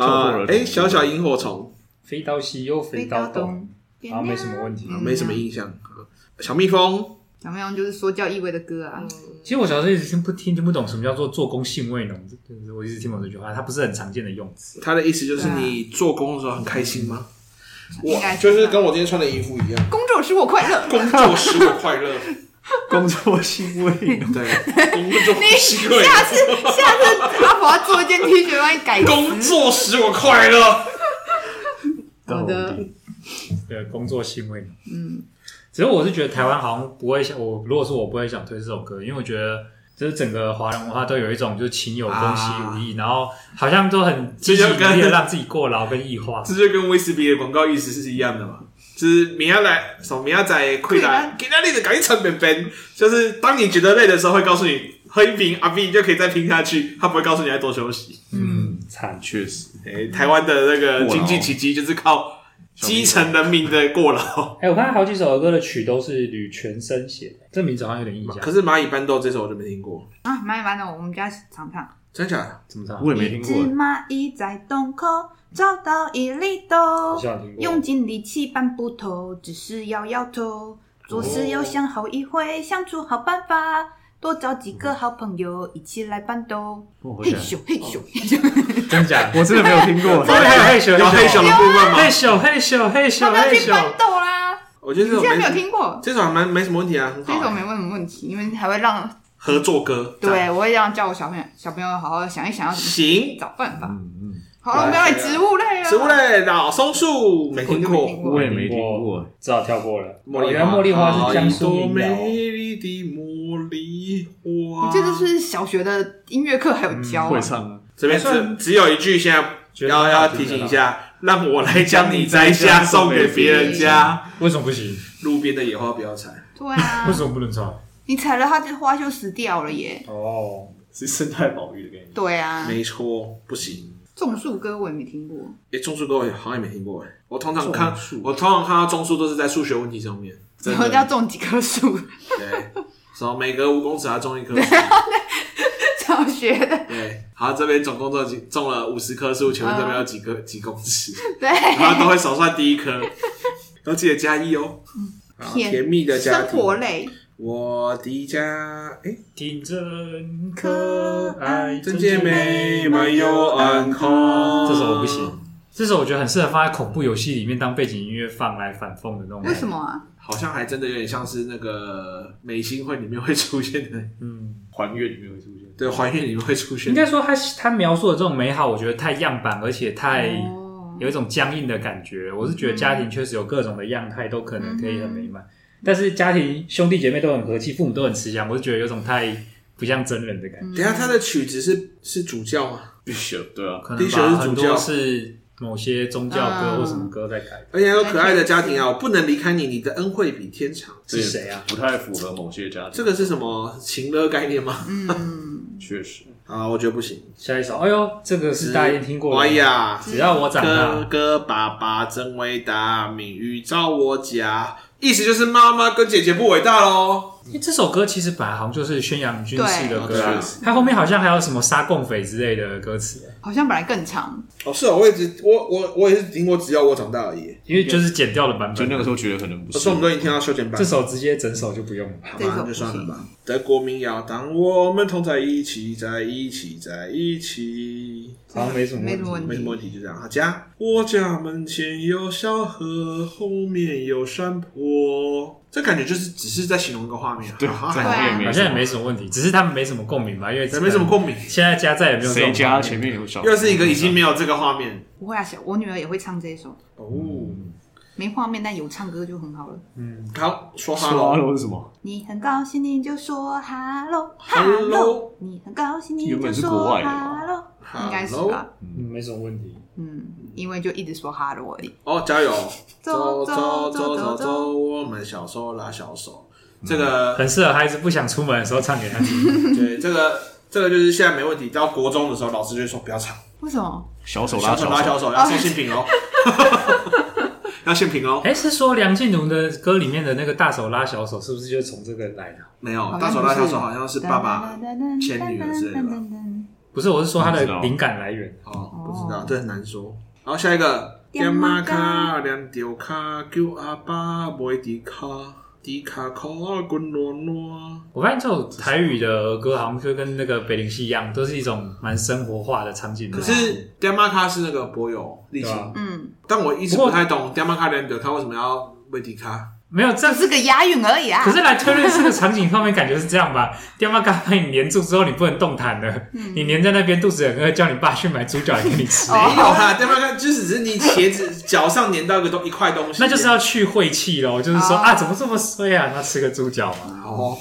B: 啊
D: 了。
B: 哎，小小萤火虫，
A: 飞到西又飞到东，，好像没什么问题。
B: 啊，没什么印象。啊小蜜蜂，
C: 小妹用就是说教意味的歌啊，
A: 其实我小时候一直听不听听不懂什么叫做做工性味浓，就是我一直听不懂这句话，它不是很常见的用词。
B: 它的意思就是
C: 对啊嗯
B: 你做工的时候很开心吗？
C: 应该
E: 我就是
C: 吧
E: 跟我今天穿的衣服一样，
C: 工作使我快乐。
B: 工作使我快 乐，
D: 工作欣慰。
B: 对，工作
C: 你
B: 使我
C: 哎下次下次阿婆要做一件 T 恤，帮你改
B: 工作使我快乐。
C: 好的，
A: 对，工作性味浓。
C: 嗯，
A: 只是我是觉得台湾好像不会想，我如果说我不会想推这首歌，因为我觉得就是整个华人文化都有一种就是情有东西
B: 啊
A: 无义，然后好像都很积极
B: 这就跟嗯
A: 努力的让自己过劳跟异化。
B: 这就跟威士忌的广告意思是一样的嘛，就是明仔来，什么明仔载快
C: 啊
B: 来，给那里的赶紧成本本，就是当你觉得累的时候，会告诉你喝一瓶阿 B 就可以再拼下去，他不会告诉你要多休息。
D: 嗯，惨，确实。
B: 哎、台湾的那个
D: 过
B: 经
D: 劳
B: 济奇迹就是靠基层人民的过劳。
A: 哎、我看好几首歌的曲都是吕全生写的，这名字好像有点印象
B: 可。是蚂蚁搬豆这首我就没听过，
C: 啊，蚂蚁搬的，我们家常唱。
B: 真假的？
A: 怎么唱？
D: 我也没听
C: 一只
D: 过。
C: 蚂蚁在洞口找到一粒
A: 好
C: 豆，
A: 像有听过。
C: 用尽力气搬不透，只是摇摇头。左思右想好一回，想出好办法。多找几个好朋友一起来搬豆。
D: 我回
C: 嘿
D: 想
C: 咻嘿咻嘿咻！
A: 真假 的？
D: 我真的没有听过。
A: 真的还有害羞
B: 有害羞的部分吗？
A: 害羞害羞害羞
C: 他们要
A: 害
C: 去
A: 羞。
C: 搬豆啦！
B: 我觉得
C: 你
B: 这首
C: 竟然没有
B: 没
C: 听过？
B: 这首还蛮没什么问题啊，很
C: 这
B: 好
C: 种
B: 啊。
C: 没问问题，因为还会让
B: 合作歌，
C: 对我会让叫我小朋友小朋友好好想一想要怎么
B: 行。
C: 找办法。
D: 嗯嗯，
C: 好了，我们要来植物类 啊了。
B: 植物类老松树没听
C: 我没
B: 过
C: 听，
D: 嗯我也没听过。
A: 只好跳过了。
B: 茉莉花
A: 哦原来茉莉花是江苏
B: 好一朵
A: 民谣
B: 美
A: 哦。
B: 丽的茉莉花。
C: 我记得是小学的音乐课还有
B: 嗯
C: 教、啊
D: 会唱啊。
B: 这边只只有一句，现在
A: 觉得
B: 要
A: 蛮
B: 要
A: 好
B: 提醒
A: 听的
B: 一下，让我来将你摘下，送给别人家。
A: 为什么不行？
B: 路边的野花不要采，
C: 对 啊，
A: 么不能唱？
C: 你踩了它，这花就死掉了耶。
A: 哦，
D: 是生态保育的概念。
C: 对啊，
B: 没错，不行。
C: 种树歌我也没听过。
B: 诶，种树歌我好像也没听过诶，我通常看我通常看到种树都是在数学问题上面，真
C: 然后要
B: 的
C: 种几棵树，
B: 对。然后每隔五公尺要种一棵树，
C: 小学的
B: 对。好，这边总共种几种了五十棵树，请问这边有几棵几公尺？
C: 对
B: 然后都会少算第一颗，都记得加一哦。好
C: 嗯甜
B: 甜蜜的家
C: 生
B: 庭
C: 活类，
B: 我的家，诶。
A: 挺真可爱，
B: 真姐妹们有安康。
A: 这首我不行，这首我觉得很适合放在恐怖游戏里面当背景音乐放来反讽的那种。
C: 为什？么啊？
B: 好像还真的有点像是那个美心会里面会出现的，
A: 嗯，
D: 还原里面会出现。
B: 对，还原里面会出现
A: 应。该说他他描述的这种美好，我觉得太样板，而且太
C: 哦，
A: 有一种僵硬的感觉。我是觉得家庭确实有各种的样态，都可能可以很美
B: 嗯
A: 满。但是家庭兄弟姐妹都很和气，父母都很慈祥，我是觉得有种太不像真人的感觉。
B: 等一下，他的曲子是是主教吗？
D: Bishop 对啊，
A: 可
B: 的
A: 能
B: 确是
A: 吧，
B: 主
A: 很
B: 教
A: 多是某些宗教歌或什么歌在改的。
B: 而且还有可爱的家庭啊！我不能离开你，你的恩惠比天长。
D: 这也
A: 是谁啊
D: 不太符合某些家庭。
B: 这个是什么情乐概念吗？
C: 嗯，
D: 确实，
B: 啊，我觉得不行。
A: 下一首，哎呦，这个是大家一定听过
B: 哎
A: 的。
B: 呀，
A: 只要我长
B: 哥
A: 大，
B: 哥爸爸真伟大，命运照我家。意思就是妈妈跟姐姐不伟大喽。
A: 因为这首歌其实本来好像就是宣扬军事的歌
B: 对
A: 啊，它后面好像还有什么杀共匪之类的歌词，
C: 好像本来更长，
B: 哦，是哦，我也只我我我也是听过，只要我长大而已。
A: 因为就是剪掉的版
D: 就那
A: 本。
D: 个时候觉得可能不
B: 可
D: 是
B: 是我。们都已经听到修剪版
A: 这，首直接整首就不用了。
B: 好
C: 这首
B: 吧，那
C: 不
B: 就算了
C: 行
B: 吧。德国民谣，当我们同在一起，在一起，在一起，
A: 好像没什么
C: 没
A: 问
C: 什
A: 题
C: 么问
B: 没什
C: 题
B: 么。问题，就这样。好家，我家门前有小河，后面有山坡，这感觉就是只是在形容一个画面啊，
D: 对，
B: 好
D: 在
B: 嗨
D: 旁边也
A: 好
D: 没
A: 像
D: 什
A: 也
D: 么。
A: 没什么问题，只是他们没什么共鸣吧，因为
B: 没什么共鸣。
A: 现在家再也没有这种
D: 谁家
A: 画面
D: 前面有小？
B: 又是一个已经没有这个画面
C: 不会啊，小我女儿也会唱这一首，
B: 哦。
C: 没画面但有唱歌就很好了。
A: 嗯
B: 好，说哈喽。
D: Swallow 是什么？
C: 你很高兴你就说 hello
B: Hello
C: 你很高兴你
D: 原
C: 就
D: 本是
C: 说
D: 国外的
C: hello，应该是
B: Hello
C: 吧？
A: 嗯没什么问题。
C: 嗯，因为就一直说 hello 而已。
B: 哦，加油！走
C: 走
B: 走
C: 走走
B: 走
C: 走
B: 走，
C: 走
B: 我们小手拉小手。这个
A: 很适合孩子不想出门的时候唱给他听。
B: 对，这个这个就是现在没问题。到国中的时候，老师就会说不要唱，
C: 为什么？
D: 小手
B: 小
D: 拉
B: 手
D: 小
B: 拉
D: 手。
B: 小手要送性品 哦，要性品哦。
A: 哎，是说梁静茹的歌里面的那个大手拉小手，是不是就是从这个来的？
B: 没有，
C: 好像
B: 大手拉小手
C: 不是
B: 好像是爸爸前女儿之类的吧。
A: 不是，我是说它
D: 不
A: 的
D: 知道
A: 灵感来源。
B: 哦，不知道，这很难说。然后下一个，点马卡两条卡，叫阿爸买迪卡，迪卡卡滚罗罗。
A: 我发现这种台语的儿歌好像就跟那个北林戏一样，都是一种蛮生活化的场景。
B: 可是点马卡是那个博友沥
A: 啊对啊
B: 青，
C: 嗯，
B: 但我一直不太懂点马卡两条卡为什么要买迪卡。
A: 没有这
C: 只，是个押韵而已啊
A: 可。是来推论这个场景方面，感觉是这样吧？爹妈刚把你黏住之后，你不能动弹了，你黏在那边肚子很饿，叫你爸去买猪脚来给你吃，
C: 嗯 哦
B: 没有啦，对方看就只是你鞋子脚上粘到一个东一块东西，
A: 那就是要去晦气喽。就是说
C: 哦
A: 啊，怎么这么衰啊？那吃个猪脚嘛，
B: 哦，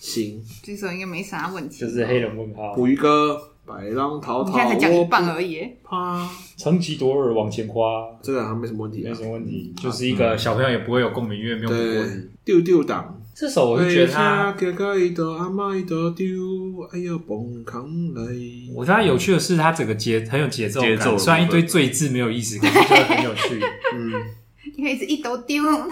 B: 行，
C: 这首应该没啥问题。
A: 就是黑人问号。
B: 捕鱼哥白浪滔滔，
C: 你现在才讲一半而已，
B: 啪，
A: 成吉朵尔往前夸，
B: 这个好像没什么问题
A: 没
B: 啊
A: 什。么问题，就是一个小朋友也不会有共鸣，因为没有听过
B: 对。，丢丢党，
A: 这首我就觉得它，
B: 给个一朵阿妈一朵丢，哎呦蹦扛来。
A: 我觉得它有趣的是它整个节很有节奏
D: 节奏的部
A: 感，
D: 分
A: 虽然一堆赘字没有意思，可是觉得很有 趣，
B: 嗯，
C: 因为是一头丢，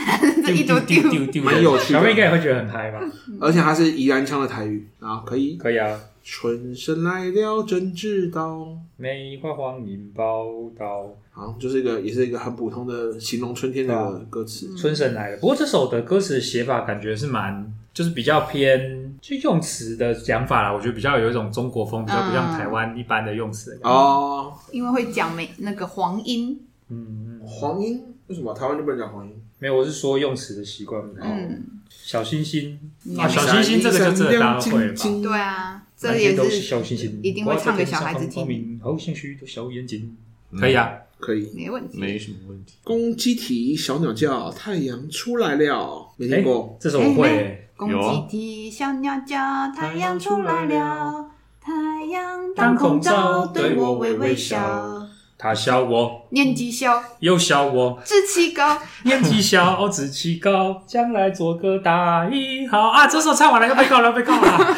C: 这一头丢，
A: 丢
B: 蛮有趣的
A: 小妹应该也会觉得很嗨吧？
B: 而且它是宜兰腔的台语啊，可以。
A: 可以啊，
B: 春生来了真知道，
A: 梅花黄引包刀，
B: 好像就是一个也是一个很普通的形容春天的歌词。
A: 春神来了。不过这首的歌词写法感觉是蛮，就是比较偏，就用词的讲法啦，我觉得比较有一种中国风，比较不像
C: 嗯
A: 台湾一般的用词的感觉。
B: 哦，
C: 因为会讲美那个黄音，
A: 嗯，嗯
B: 黄莺为什么台湾就不能讲黄莺？
A: 没有，我是说用词的习惯不太一样。
C: 嗯，
A: 小星星
C: 嗯
A: 啊，小星星这个就真的大家会了吧？
C: 对啊，这
A: 满天
C: 也
A: 都是
C: 是
A: 小星星，
C: 一定会唱给小孩子听，
A: 好像许多小眼睛，
B: 嗯
A: 可以啊。
B: 可以。
C: 没问题。
D: 没什么问题。
B: 公鸡啼，小鸟叫，太阳出来了。没
A: 哎
B: 听过，，
A: 这首我会欸
C: 哎。公鸡啼，小鸟叫，太阳出来了，太阳当空照，对我微微笑。
A: 他笑我，
C: 年纪小，
A: 又笑 我，
C: 志气高，
A: 年纪小，志气高，将来做个大英豪啊！这首唱完了又被 告了，被告了。哎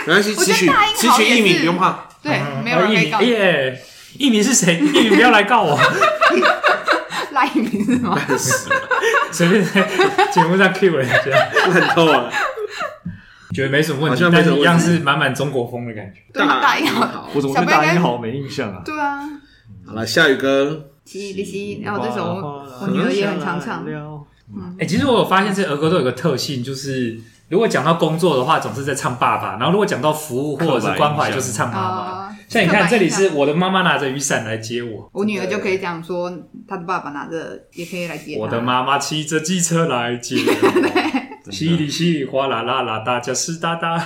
B: 没关系，
C: 我
B: 词
C: 觉得
B: 曲
C: 大英
B: 词
C: 好
B: 曲
C: 也
B: 一米
C: 是
B: 不用怕。
C: 对，没有人可以告
A: 啊一鸣耶，一鸣是 谁？一鸣不要来告我，
C: 赖明是 吗？
A: 随便在节目上 cue 人家，
B: 烂透了，
A: 觉得没什么问
B: 好
A: 题
B: 像，没
A: 但
B: 什
A: 是
B: 么问题
A: 一样是满满中国风的感觉。
C: 对，大英啊好，
B: 好
D: 我。怎么
C: 小
D: 对
C: 朋友
D: 大
C: 应该
D: 英好没印象啊？
C: 对啊，
B: 好了，下雨哥，
C: 七里七，然后啊这首嗯我我女儿也很常唱，
A: 哎、其实我有发现，这儿歌都有个特性，就是如果讲到工作的话，总是在唱爸爸；然后如果讲到服务或者是关怀，就是唱妈妈。
C: 啊，
A: 像你
C: 刻
A: 看，
C: 板
A: 这里
C: 印象
A: 是我的妈妈拿着雨伞来接我，
C: 我女儿就可以讲说，她的爸爸拿着也可以来接她。
A: 我的妈妈骑着机车来接 我，稀 里稀里哗啦啦啦，大家湿哒 哒。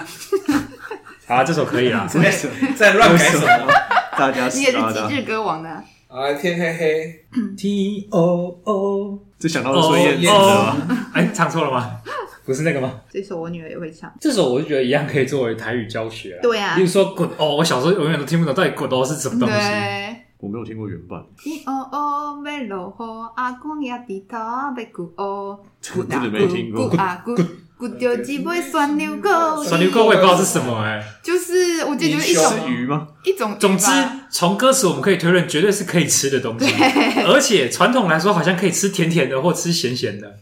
A: 好啊，这首可以啦。
D: 为 什么？
E: 在乱改什么？
D: 大家
C: 你也是
D: 死啦
C: 极
D: 的，
C: 致歌王的，
E: 啊，天黑黑，
A: T O O 哦
D: 就想到了孙燕姿了吧。
A: O，哎，唱错了吗？不是那个吗？
C: 这首我女儿也会唱。
A: 这首我就觉得一样可以作为台语教学啊。
C: 对啊
A: 例如说 good 哦，我小时候永远都听不懂到底 good 哦是什么东西。
C: 对。
D: 我没有听过原版，
C: 你哦哦，要落雨，阿公也低头要顾哦，
D: 真的没听过
C: 顾。啊顾顾着一尾酸溜狗，
A: 酸溜哥我也不知道是什么哎、
C: 就是我觉得一
E: 你
C: 种
E: 说
D: 是鱼吗？
C: 一种鱼吧，
A: 总之，从歌词我们可以推论，绝对是可以吃的东西。而且传统来说，好像可以吃甜甜的或吃咸咸的。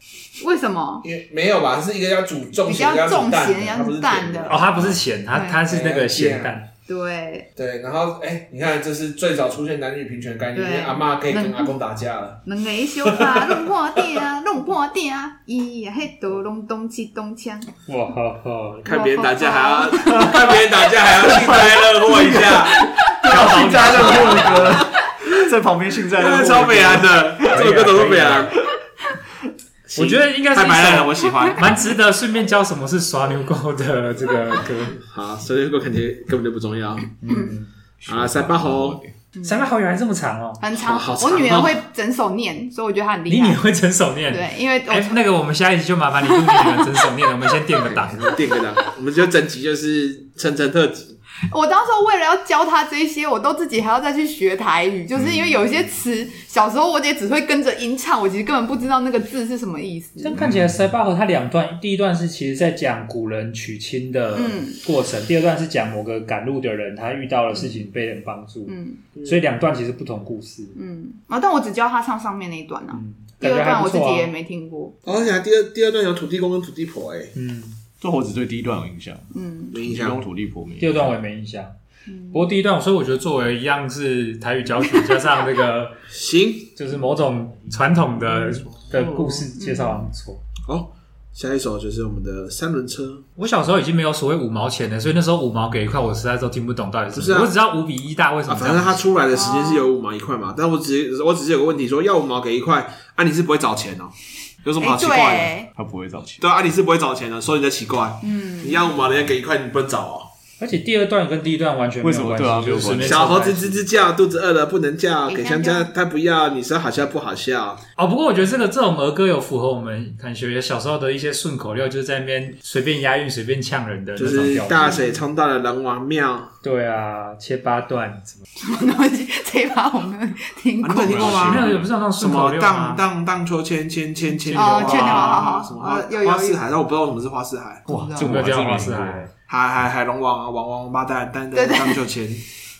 C: 为什么？
E: 也没有吧？是一个要煮重
C: 比
E: 咸，
C: 较
E: 一个要煮
C: 重
E: 淡
C: 咸
E: 的，它不是
C: 要煮淡
E: 甜
C: 的
A: 哦，它不是咸，它
C: 对
A: 它是那个咸蛋。
C: 对，
E: 对，然后哎，你看，这是最早出现男女平权概念，因
C: 对
E: 为阿嬷可以跟阿公打架 了。
C: 两个小把弄破鼎，弄破鼎，啊伊呀迄都拢东起东枪，
B: 哎
A: 哇哈哈！
B: 看别人打架还 要看别人打架还要幸灾乐祸一下，
D: 幸灾乐祸歌， 在旁边幸灾乐
B: 真的
D: 祸歌，
B: 超北安的，
E: 啊
B: 这首歌怎么北安？
A: 我觉得应该是
B: 太白烂了，我
A: 一首
B: 喜欢。
A: 蛮值得顺便教什么是刷牛狗的这个歌。
B: 好，所以这个肯定根本就不重要。
E: 嗯
B: 啊，三八猴，
C: 嗯
A: 三八好原来这么长哦，
C: 很长
B: 好好。长
C: 我女儿
B: 哦
C: 会整首念，所以我觉得她很厉
A: 你也
C: 害。
A: 会整首念？
C: 对，因为
A: 哎、
C: 我
A: 那个我们下一集就麻烦你录你们整首念了，我们先垫个档。
B: 垫个 档，我们就整集就是层层特辑。
C: 我当时候为了要教他这些，我都自己还要再去学台语，
A: 嗯
C: 就是因为有一些词，小时候我也只会跟着音唱，我其实根本不知道那个字是什么意思
A: 这。样看起来，塞巴河它两段，第一段是其实在讲古人娶亲的
C: 嗯
A: 过程，第二段是讲某个赶路的人他遇到了事情被人帮助，
C: 嗯
A: 所以两段其实不同故事，
C: 嗯，啊，但我只教他唱上面那一段啊，第
A: 感
C: 二
A: 觉
C: 段
A: 还不
C: 我自
A: 错
C: 己也
A: 啊。
C: 没听过。
E: 哦
B: 而且第二第二段有土地公跟土地婆，哎，
A: 嗯，
D: 这我只对第一段有印象，
C: 嗯，
B: 没印
D: 提
B: 象
D: 供。土地婆名。
A: 第二段我也没印象。不过第一段，所以我觉得作为一样是台语教学，加上那个
B: 行，
A: 就是某种传统的
C: 嗯
A: 的故事介绍，很不错。
B: 好，下一首就是我们的三轮车，
A: 我小时候已经没有所谓五毛钱了，所以那时候五毛给一块，我实在都听不懂到底是什
B: 不是
A: 么。
B: 啊
A: 我只知道五比一大为什
B: 啊，
A: 么这
B: 反
A: 样。
B: 正它出来的时间是有五毛一块嘛，但我只我只是有个问题，说要五毛给一块，啊，你是不会找钱哦，有什么
C: 哎、
B: 好奇怪的？啊
C: 对，
D: 他不会找钱，
B: 对啊，你是不会找钱的，所以你在奇怪。嗯，你要五毛，人家给一块，你不能找哦。
A: 而且第二段跟第一段完全没有关
D: 为什么对啊
A: 系，就是随便
B: 小猴子
A: 抽牌
B: 吱吱叫，肚子饿了不能叫，
C: 给
B: 给
C: 香
B: 香
C: 蕉
B: 蕉它不要，你说好笑不好笑？
A: 哦，不过我觉得这个这种儿歌有符合我们感觉小时候的一些顺口溜，就是在那边随便押韵、随便呛人的
B: 就
A: 那种
B: 是
A: 调子。
B: 大水冲到了龙王庙，
A: 对啊，切八段什么？
C: 什么东西？ 这一把我没有听
B: 啊你没
C: 过
B: 有。听过吗
A: 没有，也不是有那种
B: 什
A: 顺口
B: 么
A: 溜
B: 荡
A: 吗？
B: 荡荡秋千千千千
A: 哦
B: 牛
A: 牵牛
C: 好好好
B: 什么
C: 哦有有
B: 花花四
C: 有
B: 海，但我不知道什么是花四海，
D: 哇
C: 不知道，
D: 这
A: 没
D: 我
A: 有
D: 还
A: 这
D: 真
A: 样
D: 没
A: 花
D: 听
A: 式
D: 过
A: 海。
B: 海海海龙王啊，王王八蛋蛋
C: 对
B: 蛋
C: 对
B: 荡秋千，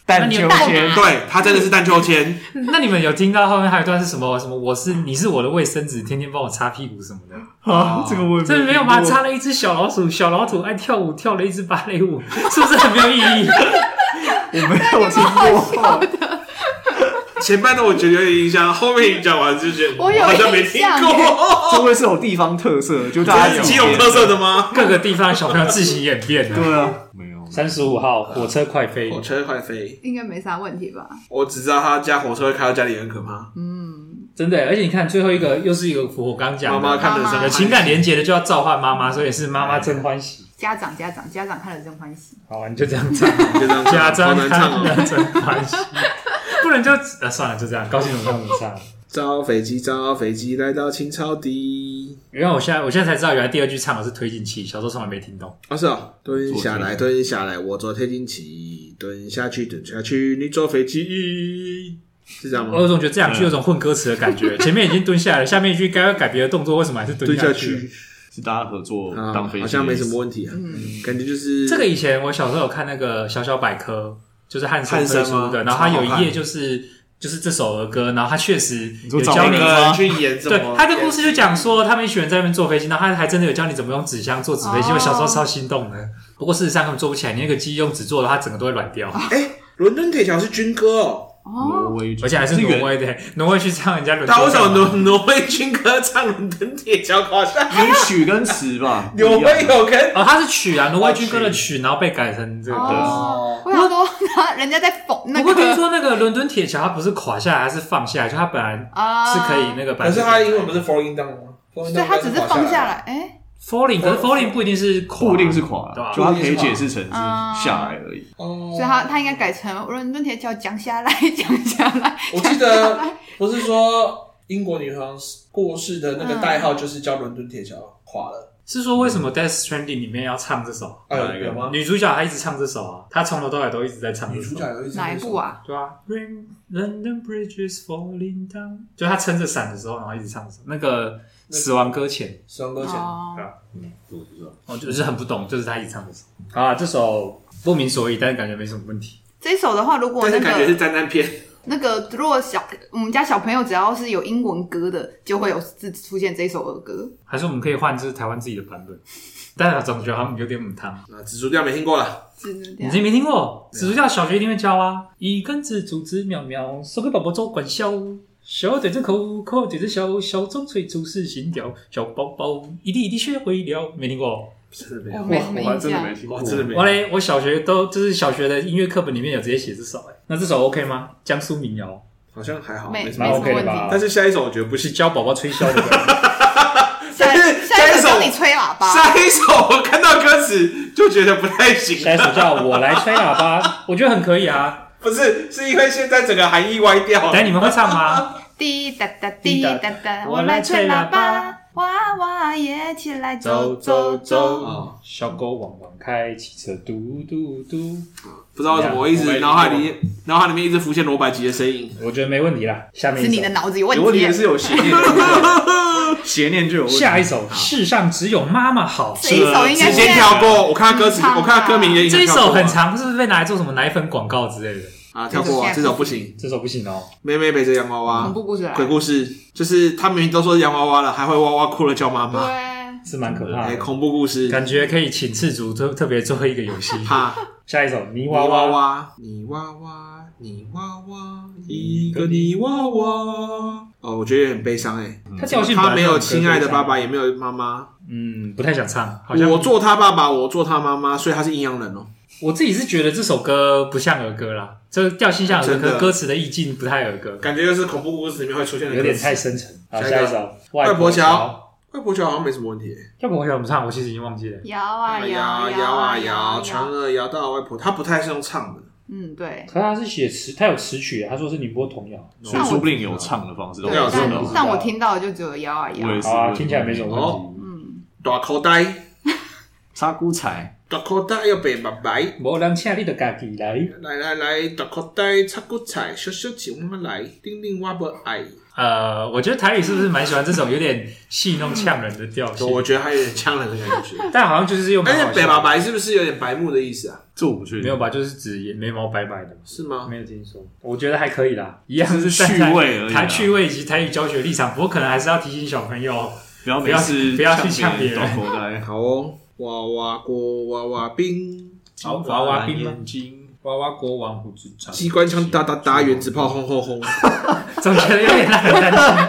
A: 那
D: 但
A: 你
D: 秋
A: 有
D: 千，
B: 对他真的是荡秋 千，
A: 那你们有听到后面还有一段是什么？什么？我是你是我的卫生纸，天天帮我擦屁股什么的。
D: 啊，这个我也
A: 这没有吧？
D: 听过
A: 插了一只小老鼠，小老鼠爱跳舞，跳了一支芭蕾舞，是不是很没有意义？
D: 我没有
A: 哦
D: 听过，
B: 前半段我觉得有点印象，后面你讲完就觉得
C: 我有
B: 好像没听
C: 印象
A: 哦
B: 过，
D: 这会是有地方特色，就大
B: 这
D: 家
B: 是
D: 有
B: 基隆特色的吗？
A: 各个地方小朋友自行演变的。
D: 对啊，没有，
A: 三十五号火车快飞，
B: 火车快飞，
C: 应该没啥问题吧？
B: 我只知道他家火车会开到家里很可怕，
C: 嗯，
A: 真的耶。而且你看最后一个又是一个符合我刚刚讲的
B: 妈妈看哎
C: 妈
B: 得
C: 妈
B: 上
A: 有情感连结的就要召唤妈妈，所以是妈妈真欢喜。
C: 家长家长家长看了真欢喜。
A: 好，你就这样唱，
B: 就这样
A: 家
B: 唱，好
A: 长
B: 难
A: 看
B: 唱哦。
A: 了真欢喜，不然就呃算了，就这样，高兴怎么唱怎么唱。
B: 招飞机，招飞机，来到清朝底。
A: 因为我现在我现在才知道，原来第二句唱的是推进器，小时候从来没听懂。
B: 啊，是哦，蹲下来，蹲下来，我坐推进器，蹲下去，蹲下去，你坐飞机，是这样
A: 我有
B: 吗？
A: 种觉得这
B: 嗯
A: 两句有种混歌词的感 觉，前面已经蹲下来了，下面一句该要改别的动作，为什么还是蹲
B: 蹲下
A: 去？
B: 去，
D: 是大家合作
B: 啊，
D: 当飞机，
B: 好像没什么问题啊，
C: 嗯
B: 感觉就是
A: 这个以前我小时候有看那个《小小百科》，就是汉森
B: 汉森
A: 推出的，
B: 吗哦
A: 然后他有
B: 超好
A: 一
B: 看
A: 页就是就是这首儿歌，然后他确实有
D: 说找
A: 教
D: 那
A: 你
D: 个
B: 人去演什
A: 对
B: 么？
A: 他的故事就讲说，他们一群人在那边坐飞机，然后他还真的有教你怎么用纸箱做纸飞机。
C: 哦
A: 我小时候超心动的，不过事实上根本做不起来，你那个机用纸做的，它整个都会软掉，
B: 哎，伦敦铁桥是军歌哦，
D: 挪
C: 哦，
D: 威，
A: 而且还是
D: 原
A: 挪威的，挪威去唱人家伦敦
B: 但
A: 干嘛。
B: 为什么挪挪威军歌唱伦敦铁桥好像
D: 有曲跟词 吧，
B: 有没有跟？
A: 哦，它是曲啊，挪威军歌的曲，然后被改成这个。
B: 啊
C: 哦，我想说， 他人家在讽那
A: 不过听
C: 个
A: 说那个伦敦铁桥它不是垮下来，它是放下来，就它本来
C: 啊，
A: 是可以那个版
E: 可
A: 本。
E: 是他的英文不是 falling down 吗？falling down
C: 对他只是放下来，哎，
A: falling，可是 falling 不一定是垮，啊
D: 不一定是垮啊
A: 对吧啊
D: 了，就它可以解释成是下来而已。
E: 哦。
C: 所以他他应该改成伦敦铁桥讲下来 讲下来。
E: 我记得不是说英国女皇过世的那个代号就是叫伦敦铁桥垮了，
A: 是说为什么《Death Stranding》里面要唱这首？
E: 哎
D: 哪一
E: 有
D: 个
E: 有吗？
A: 女主角她一直唱这首啊，她从头到尾都一直在唱这
E: 女
A: 首
E: 主。角有一直
C: 哪一部？啊？
A: 对啊，Rain London Bridges falling down，就她撑着伞的时候，然后一直唱这首那个死亡搁浅，
E: 死亡搁浅。
C: 哦，
A: 我哦就是很不懂，就是她一直唱这首。好啊，这首不明所以，但是感觉没什么问题。
C: 这首的话，如果
B: 但
C: 那
B: 是感觉
C: 个
B: 是沾沾片，
C: 那个，如果小我们家小朋友只要是有英文歌的，就会有自出现这首儿歌。
A: 还是我们可以换就是台湾自己的版本，但是总觉得好像有点母汤。
B: 啊，紫竹调没听过了，
C: 是这样
A: 你这没听过？紫竹教小学一定会教啊！一根紫竹枝苗苗，手给宝宝做管销。小嘴子口，口嘴子小，小中吹出是心跳。小宝宝一滴一滴学会了，没听过？
B: 真的没
C: 我
B: 有，
C: 没哦没
D: 哇，我还
C: 印
D: 真的
C: 象
D: 没。听过
B: 哇，，真的没
A: 我
B: 有。
A: 嘞，我小学都就是小学的音乐课本里面有直接写这首哎、那这首 OK 吗？江苏民谣
B: 好像还好，
C: 没
B: 没什
C: 没
A: 蛮
B: 么
C: 什
B: 问
C: 么
A: OK 的
B: 题。
C: 问
A: 吧
C: 题。
B: 但是下一首我觉得不
A: 是
B: 行，
A: 教宝宝吹箫的 歌，
C: 下一下一首
B: 下一首
C: 教你吹喇叭，
B: 下一首我看到歌词就觉得不太行
A: 下一首叫我来吹喇叭，我觉得很可以啊。
B: 不是，是因为现在整个含义歪掉
A: 等
B: 了。
A: 你们会唱吗？
C: 滴答答滴答答，我来吹喇叭，娃娃也起来 走走走。
B: 哦，
A: 小狗汪汪开，汽车嘟嘟嘟。
B: 不知道为什么，我一直脑海里脑海里面一直浮现罗百吉的身影。
A: 我觉得没问题啦。下面一
C: 是
A: 首
C: 你的脑子有
D: 有问
C: 问
D: 题
C: 题啊
D: 的。是有邪念的， 邪念就有问题。
A: 下一首《世上只有妈妈好》，
C: 这一首应该
B: 直接
C: 是
B: 跳过，我看到歌词，我看到歌名也已经
A: 这一
B: 跳
A: 首
B: 过
A: 很长，是不是被拿来做什么奶粉广告之类的？
B: 啊，跳过啊，这首不行。
A: 这首不行哦。
B: 妹妹背着洋娃
C: 恐
B: 娃，
C: 怖故事来啊
B: 鬼
C: 了。
B: 故事就是他明明都说是洋娃娃了，还会哇哇哭了叫妈妈。
C: 对，啊
A: 是蛮可怕
B: 哎，
A: 的，
B: 恐怖故事，
A: 感觉可以请次主特特别做一个游 戏。
B: 怕
A: 下一首《泥
B: 泥
A: 娃
B: 娃
A: 娃》，
B: 娃，泥娃娃，泥娃娃，一个泥娃娃。哦，我觉得很悲伤哎，
A: 他调性本来就
B: 他没有
A: 很
B: 亲爱的爸爸，
A: 悲
B: 也没有妈妈。
A: 伤，嗯，不太想唱。好像
B: 我做他爸爸，我做他妈妈，所以他是阴阳人哦。
A: 我自己是觉得这首歌不像儿歌啦，这个调性像儿歌，
B: 真的
A: 可歌词的意境不太儿歌，
B: 感觉就是恐怖故事里面会出现的
A: 有点
B: 歌词
A: 太深沉。好，
B: 下一
A: 下
B: 个
A: 一首《
B: 外婆桥
A: 桥》，
B: 外婆球好像没什么问题。
A: 要不我想怎么唱？我其实已经忘记了。
C: 摇啊
B: 摇
C: 摇
B: 啊
C: 摇
B: 摇，船儿摇到外婆，他不太是用唱的。
C: 嗯，对。
A: 可是他是写词，他有词曲，啊他说是宁波童谣。
D: 所以说不定有唱的方式都
C: 对
B: 对我，
D: 真
B: 真
D: 的
B: 的不
C: 但
B: 知
C: 但我听到的就只有摇啊摇
D: 我。也是
A: 好啊，听起来没什么问
B: 哦
A: 题。
C: 嗯，
B: 大口袋，
D: 沙姑彩，
B: 大口袋要白白白，
A: 无人请你就家己来。
B: 来来来，大口袋插骨菜，小小姐我们来，叮叮我不爱。
A: 呃，我觉得台里是不是蛮喜欢这种有点戏弄呛人的调性？
B: 我觉得还有点呛人的感觉。
A: 但好像就是又蛮
B: 而
A: 好
B: 且
A: 笑
B: 北
A: 的
B: 吧白是不是有点白目的意思啊？
D: 这我不确
A: 没
D: 定
A: 有。吧？就是指眉毛白白的嘛。
B: 是吗？
A: 没有听说，我觉得还可以啦，一样是
D: 就是趣味而已啦
A: 台趣味以及台语教学立场，不过可能还是要提醒小朋友，
D: 不要每次
A: 不要不要去呛别人
D: 短口 袋，
B: 好哦，娃娃锅娃娃冰，
A: 好娃娃兵吗
D: 眼睛
A: 娃娃国王胡子长，
B: 机关枪哒哒 哒，原子炮轰轰轰。
A: 总觉得有点让人担心。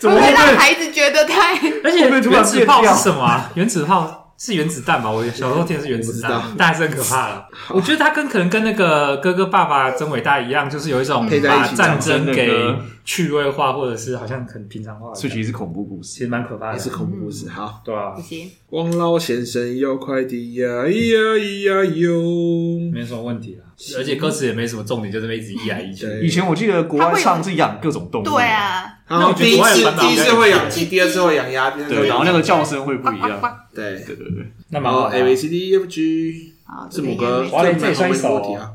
D: 怎
C: 会
D: 么
C: 不会
D: 会
C: 让
D: 被
C: 孩子觉得太
A: 而且
D: 后面突然
A: 原子
D: 变
A: 炮
D: 掉
A: 是什么啊？原子炮是原子弹吧？我小时候听的是原子
B: 我
A: 弹
B: 不知道，
A: 但还是很可怕了。我觉得他跟可能跟那个哥哥爸爸真伟大一样，就是有一种
B: 配在一
A: 把
B: 起
A: 战争
D: 讲真的
A: 给
D: 歌
A: 趣味化，或者是好像很平常化的
D: 所
A: 感
D: 以
A: 觉，
D: 其实是恐怖故事
A: 其。实蛮可怕
B: 也
A: 的
B: 是。恐怖故事。好，
A: 对啊
C: 不，行？
B: 王老先生要快递呀咿呀咿呀哟。
A: 没什么问题啦。啊而且歌词也没什么重点，就这么一直一来一去。
B: 对
D: 以前我记得国外唱是养各种动物，
C: 对，啊，
A: 那
B: 然后
A: 我觉得
B: 第一
A: 国外的
B: 次
A: 版本
B: 第一次
A: 好像
B: 会
A: 也
B: 养
A: 是
B: 鸡，第二次会养鸭，第三次
D: 对，
B: 会
D: 然
B: 养
D: 后那
B: 鸡
D: 个叫声会不一
C: 呱呱
D: 样。
C: 呱。
B: 对，
D: 对对对，
A: 那
B: 然
A: 蛮
B: 后
A: 好
B: A
A: 的啊
B: B C D E F G
C: 好，
B: 字
C: 这个
B: 母
C: 应
B: 哥
C: 该没
A: 哇
C: 事
A: 嘞这也
B: 正面后
A: 算一
B: 面
A: 首哦
B: 裸体啊。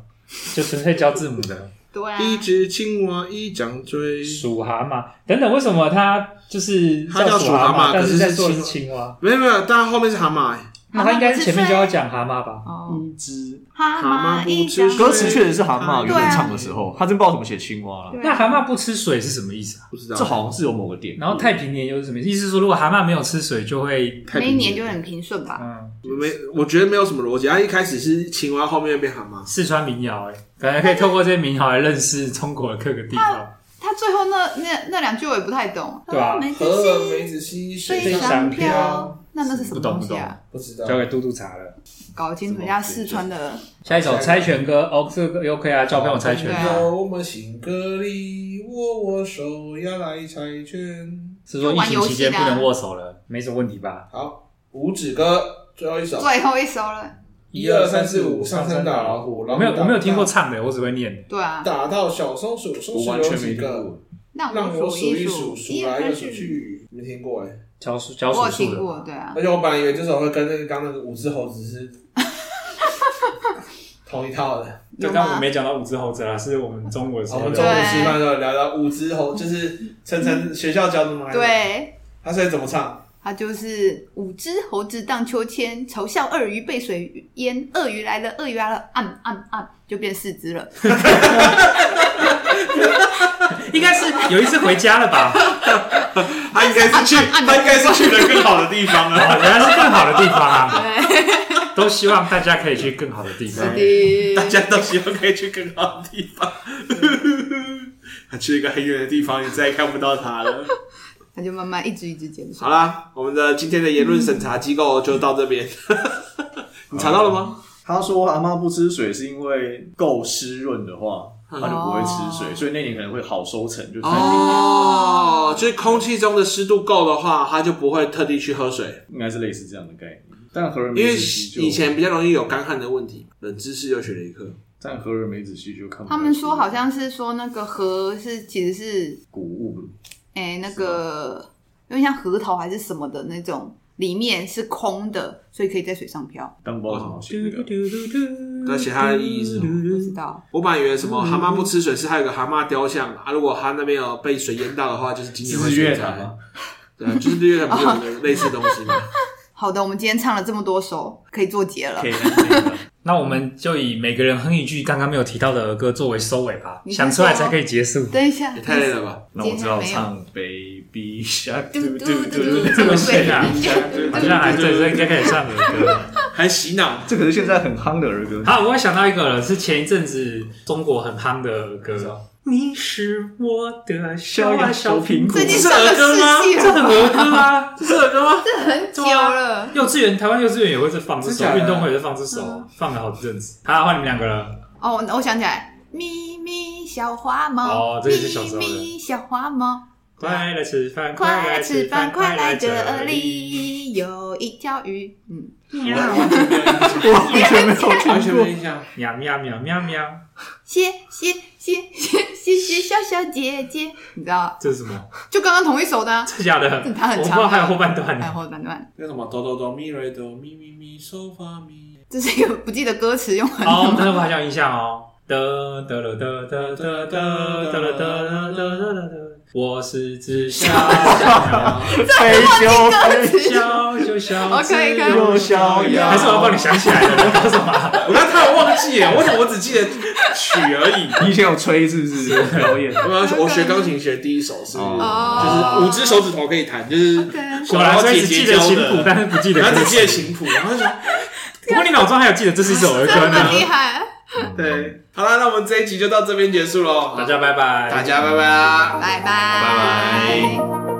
A: 就纯粹教字母的。
C: 对啊，
B: 一只青蛙一张嘴，
A: 鼠蛤蟆等等，为什么它就是
B: 它叫
A: 叫蛤
B: 鼠蛤蟆
A: 但
B: 可是
A: 在
B: 是
A: 做的是
B: 青
A: 青蛙，
B: 没有没有，但后面是蛤蟆欸。
A: 那它应该是前面就要
C: 蛤蟆不吃
A: 讲蛤蟆吧？
C: 哦，
D: 只
B: 蛤
C: 蛤蟆
B: 蟆
C: 一
B: 不
C: 张
B: 吃
C: 嘴
D: 嗯歌词确实是蛤蟆，
B: 对啊
D: 原本唱的时候，他真不知道怎么写青蛙了。
C: 对
A: 那
C: 啊
A: 蛤蟆不吃水是什么意思啊？
B: 不知道，
D: 这好像是有某个点。
A: 然后太平年又是什么意思？意思是说如果蛤蟆没有吃水就会
B: 太
C: 每
B: 平
C: 一年
B: 了
C: 就很平顺吧。
A: 嗯，
B: 没，我觉得没有什么逻辑。啊它一开始是青蛙，后面又变蛤蟆。
A: 四川民谣哎，感觉可以透过这些民谣来认识中国的各个地方。
C: 他最后那那那两句我也不太懂。嗯
A: 对啊
C: 梅子
E: 荷了
C: 西
E: 梅子溪
C: 水
E: 水
A: 上
C: 上
A: 漂
C: 漂，那那是什么东西啊？
E: 不知道
A: 交给嘟嘟查了。
C: 搞清楚一下四川的
A: 下一首猜拳歌哦，这个又可以啊，叫朋友猜拳
C: 对。啊
E: 有我们新歌里握握手要来猜拳。
A: 是说疫情期间不能握手了，没什么问题吧？
E: 好，五指歌最后一首，
C: 最后一首了。
E: 一二三四五，上山打老虎。
A: 我没有我没有听过唱的，我只会念。
C: 对啊，
E: 打到小松鼠，松
D: 我
E: 鼠
D: 完
E: 有
D: 全没
E: 几
D: 听
E: 个
D: 过？，
C: 那
E: 让我
C: 我
E: 数
C: 一
E: 一数，
C: 一
E: 数来又数
C: 二三四
E: 去，没听过哎。
A: 教数教
C: 我
A: 数
C: 有
A: 数
C: 听
A: 的，
C: 过，对啊
E: 而，且我本来以为这首会跟那个刚那个五只猴子是同一套的。
A: 就
C: 有
A: 刚我
C: 吗
A: 们没讲到五只猴子啦，是我们中午的时
E: 我
A: 候
B: 哦
E: 们中午
A: 聊的。
E: 吃饭的时候聊到五只猴，就是晨晨学校教的吗？，
C: 对，
E: 他现在怎么唱？
C: 它就是五只猴子荡秋千，嘲笑鳄鱼被水淹，鳄鱼来了，鳄鱼来了，按按按，就变四只 了。
A: 应该是有一次回家了 吧？
B: 他应该是去，
C: 按按
B: 他应该是去了更好的地方了。
A: 哦，原来是更好的地方啊！都希望大家可以去更好的地方。
C: 对
B: 大家都希望可以去更好的地方。 他去一个很远的地方，你再也看不到他了。
C: 它就慢慢一只一只减
B: 好
C: 少。
B: 啦，我们的今天的言论审查机构就到这边。 你查到了吗？
D: 他说蛤蟆不吃水是因为够湿润的话，它就不会吃水，
C: 哦
D: 所以那年可能会好收成，就是
B: 哦，就是空气中的湿度够的话，他就不会特地去喝水，
D: 应该是类似这样的概念。但何人
B: 因
D: 梅
B: 为
D: 子溪就
B: 以前比较容易有干旱的问题。冷知识又学了一课，
D: 但何人梅子溪就看不
C: 他们说好
D: 出
C: 像是说那个核是其实是
D: 谷物
C: 哎、那个有点像核桃还是什么的那种，里面是空的，所以可以在水上漂。
D: 但不知道怎么写这个。
B: 那其他的意义是什么？
C: 不知道，
B: 我本来以为什么蛤蟆不吃水是还有个蛤蟆雕像啊，如果它那边有被水淹到的话，就是今年会
D: 日
B: 水
D: 月
B: 灾
D: 潭。吗？
B: 对啊，就是日月潭不是有类似的东西吗？
C: 好的，我们今天唱了这么多首，可以做结了
D: 可。以看这个
A: 那我们就以每个人哼一句刚刚没有提到的儿歌作为收尾吧，
C: 你先
A: 想出来才可以结束。
C: 等一下，
B: 也太累了 吧！
D: 那我知道唱 Baby Shark，嘟嘟嘟嘟，
A: 这么炫啊
C: 对
A: 好像还对，这应该可以唱儿歌。
B: 还洗脑，
D: 这可是现在很夯的儿歌。
A: 好，我想到一个了，是前一阵子中国很夯的儿歌。你是我的小呀小苹果，
C: 最近
B: 这是
C: 上了
B: 儿歌吗
C: 世纪
A: 这很
C: 了，
A: 儿歌啊！
B: 这是儿歌 吗？
C: 很久了。
A: 幼稚园台湾幼稚园也会在放这首
E: 真假，的
A: 运动会也在放这
C: 嗯
A: 首，放了好一阵子。好，换你们两个了。
C: 哦，我我想起来，咪咪小花猫，
A: 哦这个是小时候的
C: 咪咪小花猫，
A: 快来吃饭，
C: 快
A: 来
C: 来吃饭，快来这
A: 里。
C: 里，有一条鱼。嗯，
A: 喵
B: 完全没有印象，
D: 我完
B: 完全
D: 全没有听
B: 没有
D: 过。
B: 印象。
A: 喵喵喵喵喵，
C: 谢谢谢谢谢谢小小姐姐，你知道，
A: 这是什么？
C: 就刚刚同一首的啊，
A: 这假的？
C: 这它很
A: 我不
C: 长
A: 知道还有后半段
C: 哎，
A: 呢。
C: 后半段，
B: 那什么哆哆哆咪瑞哆咪咪咪嗦发咪，
C: 这是一个不记得歌词用很
A: 哦，那我好像有印象哦。得得了得得得得得了得了得了得了，我是只小小
D: 飞
C: 歌
D: 球，
C: 词，
A: 小小小
C: 哦可
B: 啊
C: 以可以
D: 又逍遥
A: 还是我要帮你想起来的？你搞什么啊？
B: 我刚才有忘记耶，为什么我只记得曲而已？
D: 你以前有吹是不是？表演
B: 我要学我学钢琴学第一首是，
C: 哦
B: 就是五只手指头可以弹，就是
A: 果然所以只记得琴谱，
B: 的，
A: 但是不 记得歌
B: 然
A: 词。
B: 后只记得琴谱，然后就
A: 不过你脑中还有记得这是一首儿
C: 这
A: 歌
C: 么厉
A: 呢。
C: 害，啊
B: 对，好了，那我们这一集就到这边结束喽，
A: 大家拜拜，
B: 大家拜拜啦。
C: 拜拜
B: 拜拜